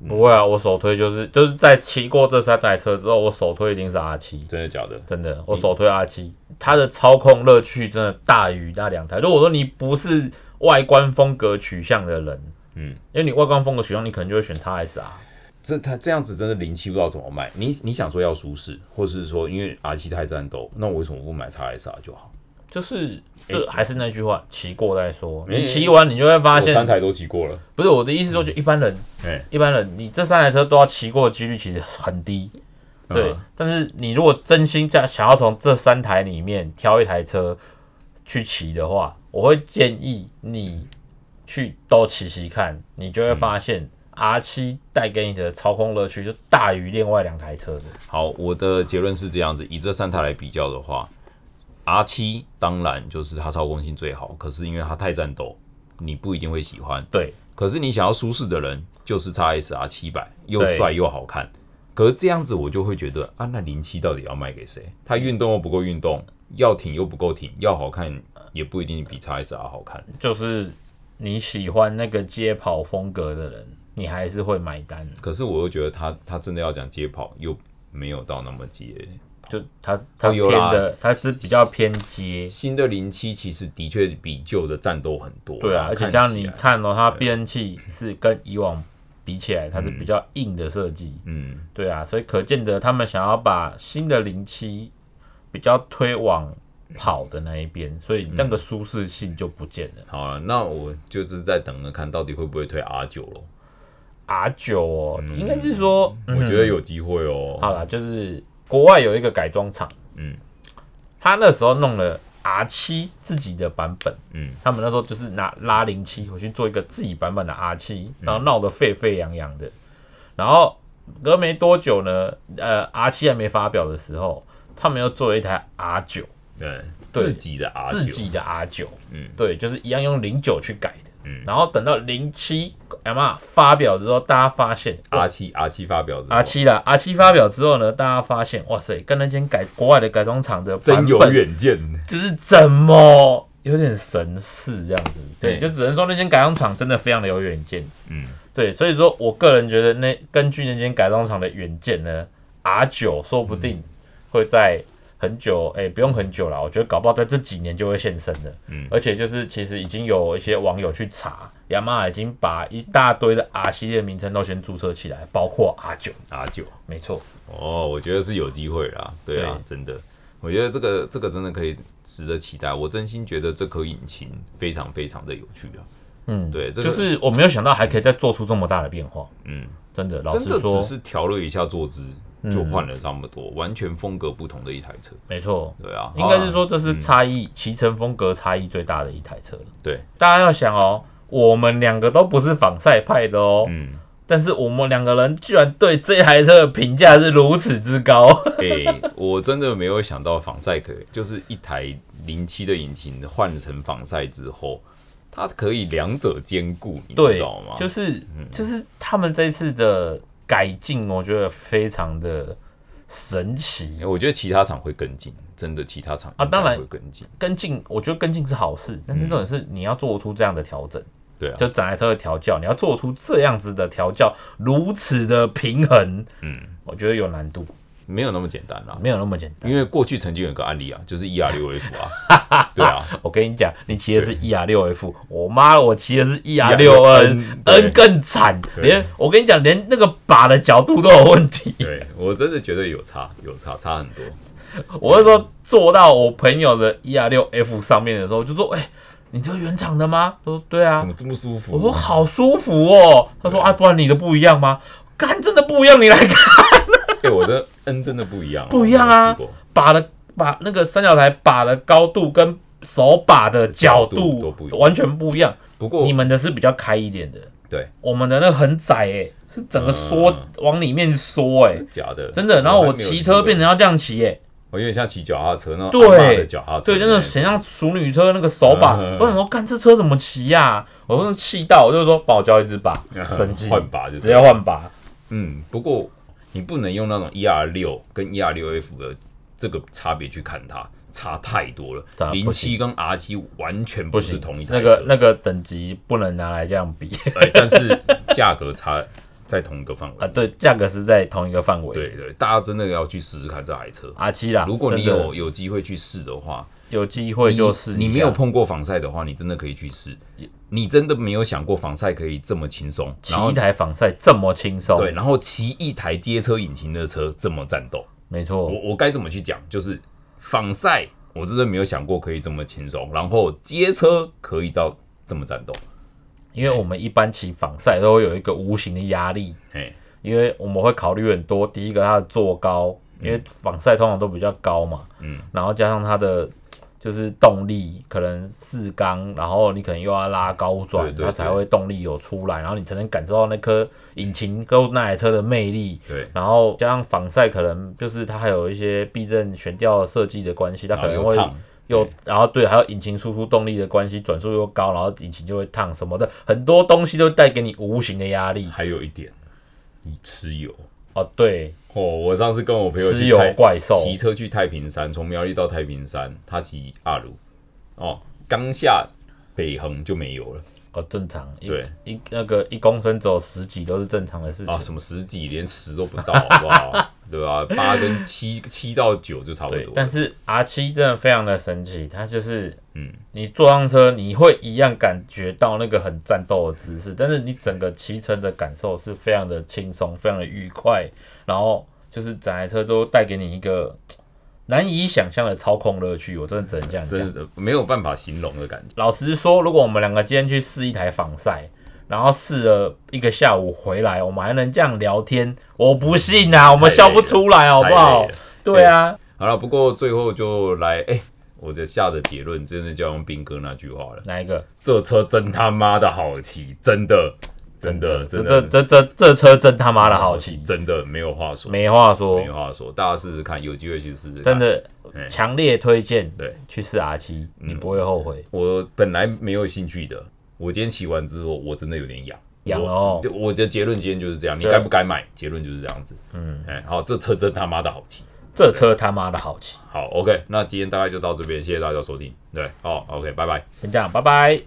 Speaker 2: 不会啊，我首推就是就是在骑过这三台车之后，我首推一定是 R 七。
Speaker 1: 真的假的？
Speaker 2: 真的，我首推 R 七，它的操控乐趣真的大于那两台。如果说你不是外观风格取向的人，
Speaker 1: 嗯，
Speaker 2: 因为你外观风格取向，你可能就会选 x S 啊 R。
Speaker 1: 这它这样子真的零七不知道怎么卖。你你想说要舒适，或是说因为 R 七太战斗，那我为什么不买 x S R 就好？
Speaker 2: 就是，就还是那句话，骑过再说。
Speaker 1: 哎
Speaker 2: 你骑完，你就会发
Speaker 1: 我
Speaker 2: 现，
Speaker 1: 三台都骑过了，
Speaker 2: 不是我的意思说，就一般人，
Speaker 1: 哎
Speaker 2: 一般人，你这三台车都要骑过的几率其实很低，对。
Speaker 1: 嗯
Speaker 2: 但是你如果真心想想要从这三台里面挑一台车去骑的话，我会建议你去都骑骑看，你就会发现 R 七带给你的操控乐趣就大于另外两台车的。
Speaker 1: 好，我的结论是这样子：以这三台来比较的话，R 七当然就是它操控性最好，可是因为它太战斗，你不一定会喜欢。
Speaker 2: 对，
Speaker 1: 可是你想要舒适的人，就是 x S R 七百，又
Speaker 2: 对
Speaker 1: 帅又好看。可是这样子，我就会觉得啊，那零七到底要卖给谁？它运动又不够运动，要挺又不够挺，要好看也不一定比 x S R 好看。
Speaker 2: 就是你喜欢那个街跑风格的人，你还是会买单。
Speaker 1: 可是我又觉得它它真的要讲街跑，又没有到那么街
Speaker 2: 就它它
Speaker 1: 哦有
Speaker 2: 偏
Speaker 1: 啦
Speaker 2: 的，它是比较偏街。
Speaker 1: 新的零七其实的确比旧的战斗很多，
Speaker 2: 对啊，而且
Speaker 1: 看
Speaker 2: 这样
Speaker 1: 起
Speaker 2: 你
Speaker 1: 来
Speaker 2: 看哦，它变器是跟以往比起来，它是比较硬的设计。
Speaker 1: 嗯，
Speaker 2: 对啊，所以可见得他们想要把新的零七比较推往跑的那一边，所以
Speaker 1: 嗯
Speaker 2: 那个舒适性就不见了。
Speaker 1: 好了，那我就是在等着看到底会不会推 R 九咯。
Speaker 2: R 九哦，应该是说，嗯
Speaker 1: 我觉得有机会哦。
Speaker 2: 好啦，就是国外有一个改装厂，
Speaker 1: 嗯
Speaker 2: 他那时候弄了 R 七自己的版本，
Speaker 1: 嗯
Speaker 2: 他们那时候就是拿拉零七回去做一个自己版本的 R 七，
Speaker 1: 嗯
Speaker 2: 然后闹得沸沸扬扬的。然后隔没多久呢，呃，R 七还没发表的时候，他们又做了一台 R 九，
Speaker 1: 对，
Speaker 2: 对
Speaker 1: 自己的 R 九，
Speaker 2: 自己的 R 九，
Speaker 1: 嗯
Speaker 2: 对，就是一样用零九去改的。
Speaker 1: 嗯
Speaker 2: 然后等到零七 M R 发表之后，大家发现
Speaker 1: R 七 R 七发表之后
Speaker 2: R 七啦，R 七发表之后呢，大家发现，哇塞，跟那间改国外的改装厂的版
Speaker 1: 真有
Speaker 2: 本
Speaker 1: 远见，
Speaker 2: 就是怎么有点神似这样子，对，
Speaker 1: 嗯
Speaker 2: 就只能说那间改装厂真的非常的有远见，
Speaker 1: 嗯，
Speaker 2: 对，所以说我个人觉得那根据那间改装厂的远见呢，R 九说不
Speaker 1: 嗯
Speaker 2: 定会在很久，哎、不用很久了，我觉得搞不好在这几年就会现身的，
Speaker 1: 嗯
Speaker 2: 而且就是其实已经有一些网友去查，雅马哈已经把一大堆的 R 系列名称都先注册起来，包括 R 九，
Speaker 1: ，R 九。
Speaker 2: 没错，
Speaker 1: 哦，我觉得是有机会啦，对啊，真的，我觉得这个这个真的可以值得期待。我真心觉得这颗引擎非常非常的有趣啊，
Speaker 2: 嗯，
Speaker 1: 对这个
Speaker 2: 就是我没有想到还可以再做出这么大的变化，
Speaker 1: 嗯，
Speaker 2: 真的，老
Speaker 1: 真
Speaker 2: 实
Speaker 1: 的只
Speaker 2: 说，嗯
Speaker 1: 是调了一下坐姿就换了这么多，完全风格不同的一台车，
Speaker 2: 没错。
Speaker 1: 对啊，
Speaker 2: 应该是
Speaker 1: 好
Speaker 2: 说这是差异骑乘风格差异最大的一台车了。
Speaker 1: 啦对，
Speaker 2: 大家要想哦，我们两个都不是仿赛派的哦，
Speaker 1: 嗯，
Speaker 2: 但是我们两个人居然对这台车的评价是如此 之高。
Speaker 1: 诶、我真的没有想到仿赛可以， 就是一台零七的引擎换成仿赛之后，它可以两者兼顾，你知
Speaker 2: 对
Speaker 1: 道吗？，嗯
Speaker 2: 就是是就是他们这次的改进，我觉得非常的神奇。
Speaker 1: 我觉得其他厂会跟进，真的其他厂
Speaker 2: 啊
Speaker 1: 应该
Speaker 2: 当然
Speaker 1: 会跟进，
Speaker 2: 跟进，我觉得跟进是好事，但
Speaker 1: 嗯
Speaker 2: 是重点是你要做出这样的调整，
Speaker 1: 对啊，
Speaker 2: 就整台车的调教，你要做出这样子的调教，如此的平衡，
Speaker 1: 嗯。
Speaker 2: 我觉得有难度，
Speaker 1: 没有那么简单啦，
Speaker 2: 没有那么简单。
Speaker 1: 因为过去曾经有一个案例啊，就是 E R 六 F 啊， 对啊，
Speaker 2: 我跟你讲，你骑的是 E R 六 F，我妈我骑的是 E R 六 N，
Speaker 1: ER6N 对
Speaker 2: N 更惨，
Speaker 1: 对
Speaker 2: 连我跟你讲，连那个把的角度都有问 题。
Speaker 1: 对我真的觉得有差，有差，差很多。
Speaker 2: 我那时候坐到我朋友的 E R 六 F 上面的时候，就说：“哎、你这原厂的吗？”他说：“对啊
Speaker 1: 怎。么这么舒”服？
Speaker 2: 我说：“好舒服哦。”他说：“
Speaker 1: 对
Speaker 2: 啊，不然你的不一样吗？”干真的不一样，你来看，
Speaker 1: 哎，我的 N 真的不一样啊，
Speaker 2: 不一样
Speaker 1: 我
Speaker 2: 啊
Speaker 1: 没有试过
Speaker 2: 把的把那个三角台把的高度跟手把的角
Speaker 1: 角度都
Speaker 2: 度
Speaker 1: 不一样
Speaker 2: 完全不一样。
Speaker 1: 不过
Speaker 2: 你们的是比较开一点的，
Speaker 1: 对
Speaker 2: 我们的那很窄哎、是整个缩、
Speaker 1: 嗯
Speaker 2: 往里面缩哎、
Speaker 1: 假的
Speaker 2: 真的。然后我
Speaker 1: 还没有
Speaker 2: 骑
Speaker 1: 试过
Speaker 2: 车变成要这样骑哎、
Speaker 1: 我有点像骑脚踏车那种
Speaker 2: 对
Speaker 1: 阿嬷的脚踏车，
Speaker 2: 对，真的很像熟女车那个手把。
Speaker 1: 嗯嗯嗯嗯
Speaker 2: 我想说，干这车怎么骑呀、我真的气到，我就说帮我交 一支把，生气，
Speaker 1: 换把就
Speaker 2: 直
Speaker 1: 这
Speaker 2: 接
Speaker 1: 样。
Speaker 2: 换把。
Speaker 1: 嗯，不过你不能用那种 E R 六跟 E R 六 F 的这个差别去看它，差太多
Speaker 2: 咋
Speaker 1: 了。
Speaker 2: 不
Speaker 1: 零七跟 R 七完全
Speaker 2: 不
Speaker 1: 不是
Speaker 2: 行
Speaker 1: 同一，台
Speaker 2: 那
Speaker 1: 车。
Speaker 2: 个那个等级不能拿来这样比
Speaker 1: 哎，但是价格差在同一个范围
Speaker 2: 啊！对，价格是在同一个范围。
Speaker 1: 对对，大家真的要去试试看这台车。
Speaker 2: 阿七啦，
Speaker 1: 如果你
Speaker 2: 真的
Speaker 1: 有有机会去试的话，
Speaker 2: 有机会就试一
Speaker 1: 你
Speaker 2: 下
Speaker 1: 没有碰过防晒的话，你真的可以去试。你真的没有想过防晒可以这么轻松，
Speaker 2: 骑
Speaker 1: 然后
Speaker 2: 一台仿赛这么轻松，
Speaker 1: 对，，然后骑一台街车引擎的车这么战斗，
Speaker 2: 没错
Speaker 1: 我，我该怎么去讲？就是防晒，我真的没有想过可以这么轻松，然后街车可以到这么战斗，
Speaker 2: 因为我们一般骑仿赛都会有一个无形的压力，
Speaker 1: 哎，
Speaker 2: 因为我们会考虑很多，第一个它的坐高，因为仿赛通常都比较高嘛，
Speaker 1: 嗯，
Speaker 2: 然后加上它的就是动力，可能四缸，然后你可能又要拉高转，
Speaker 1: 对对
Speaker 2: 它才会动力有出来，然后你才能感受到那颗引擎跟那台车的魅力。
Speaker 1: 对，
Speaker 2: 然后加上仿赛，可能就是它还有一些避震悬吊设计的关系，它
Speaker 1: 然
Speaker 2: 可
Speaker 1: 后
Speaker 2: 能
Speaker 1: 又
Speaker 2: 会
Speaker 1: 烫，
Speaker 2: 又
Speaker 1: 对
Speaker 2: 然后对，还有引擎输出动力的关系，转速又高，然后引擎就会烫什么的，很多东西都带给你无形的压力。
Speaker 1: 还有一点，你吃油。
Speaker 2: 哦，对，
Speaker 1: 哦，我上次跟我朋友去
Speaker 2: 吃油
Speaker 1: 太
Speaker 2: 怪兽
Speaker 1: 骑车去太平山，从苗栗到太平山，他骑阿鲁，哦，刚下北横就没油了，
Speaker 2: 哦，正常，一
Speaker 1: 对
Speaker 2: 一那个一公升走十几都是正常的事情。
Speaker 1: 啊，什么十几连十都不到，好不好？ 对吧？八跟七七到九就差不
Speaker 2: 对
Speaker 1: 多，，
Speaker 2: 但是 R 七真的非常的神奇，它就是，
Speaker 1: 嗯，
Speaker 2: 你坐上车你会一样感觉到那个很战斗的姿势，但是你整个骑乘的感受是非常的轻松，非常的愉快，然后就是整台车都带给你一个难以想象的操控乐趣，我真的只能这样讲
Speaker 1: 真。的没有办法形容的感觉。
Speaker 2: 老实说，如果我们两个今天去试一台防晒，然后试了一个下午回来，我们还能这样聊天，我不信啊，我们笑不出来，好不
Speaker 1: 太累
Speaker 2: 好
Speaker 1: 了？
Speaker 2: 对啊，
Speaker 1: 好了，不过最后就来，哎、我的下的结论真的就要用斌哥那句话了，
Speaker 2: 哪一个？
Speaker 1: 这车真他妈的好骑，真的，真的，
Speaker 2: 这
Speaker 1: 真
Speaker 2: 这
Speaker 1: 的，
Speaker 2: 这这这车真他妈的好骑，
Speaker 1: 真的没有话说，没
Speaker 2: 没话说，
Speaker 1: 有话说，大家试试看，有机会去试试看。
Speaker 2: 真，的
Speaker 1: 哎嗯
Speaker 2: 强烈推荐
Speaker 1: 对
Speaker 2: 去试 R 七，你不会后悔。
Speaker 1: 我本来没有兴趣的，我今天骑完之后，我真的有点痒。
Speaker 2: 痒
Speaker 1: 我
Speaker 2: 哦
Speaker 1: 对我的结论今天就是这样，你
Speaker 2: 对
Speaker 1: 该不该买？结论就是这样子。
Speaker 2: 嗯，
Speaker 1: 哎、好，这车真他妈的好骑。
Speaker 2: 这车他妈的好骑，
Speaker 1: 好，OK，那今天大概就到这边，谢谢大家收听。对，好，OK，拜拜。
Speaker 2: 先这样，拜拜。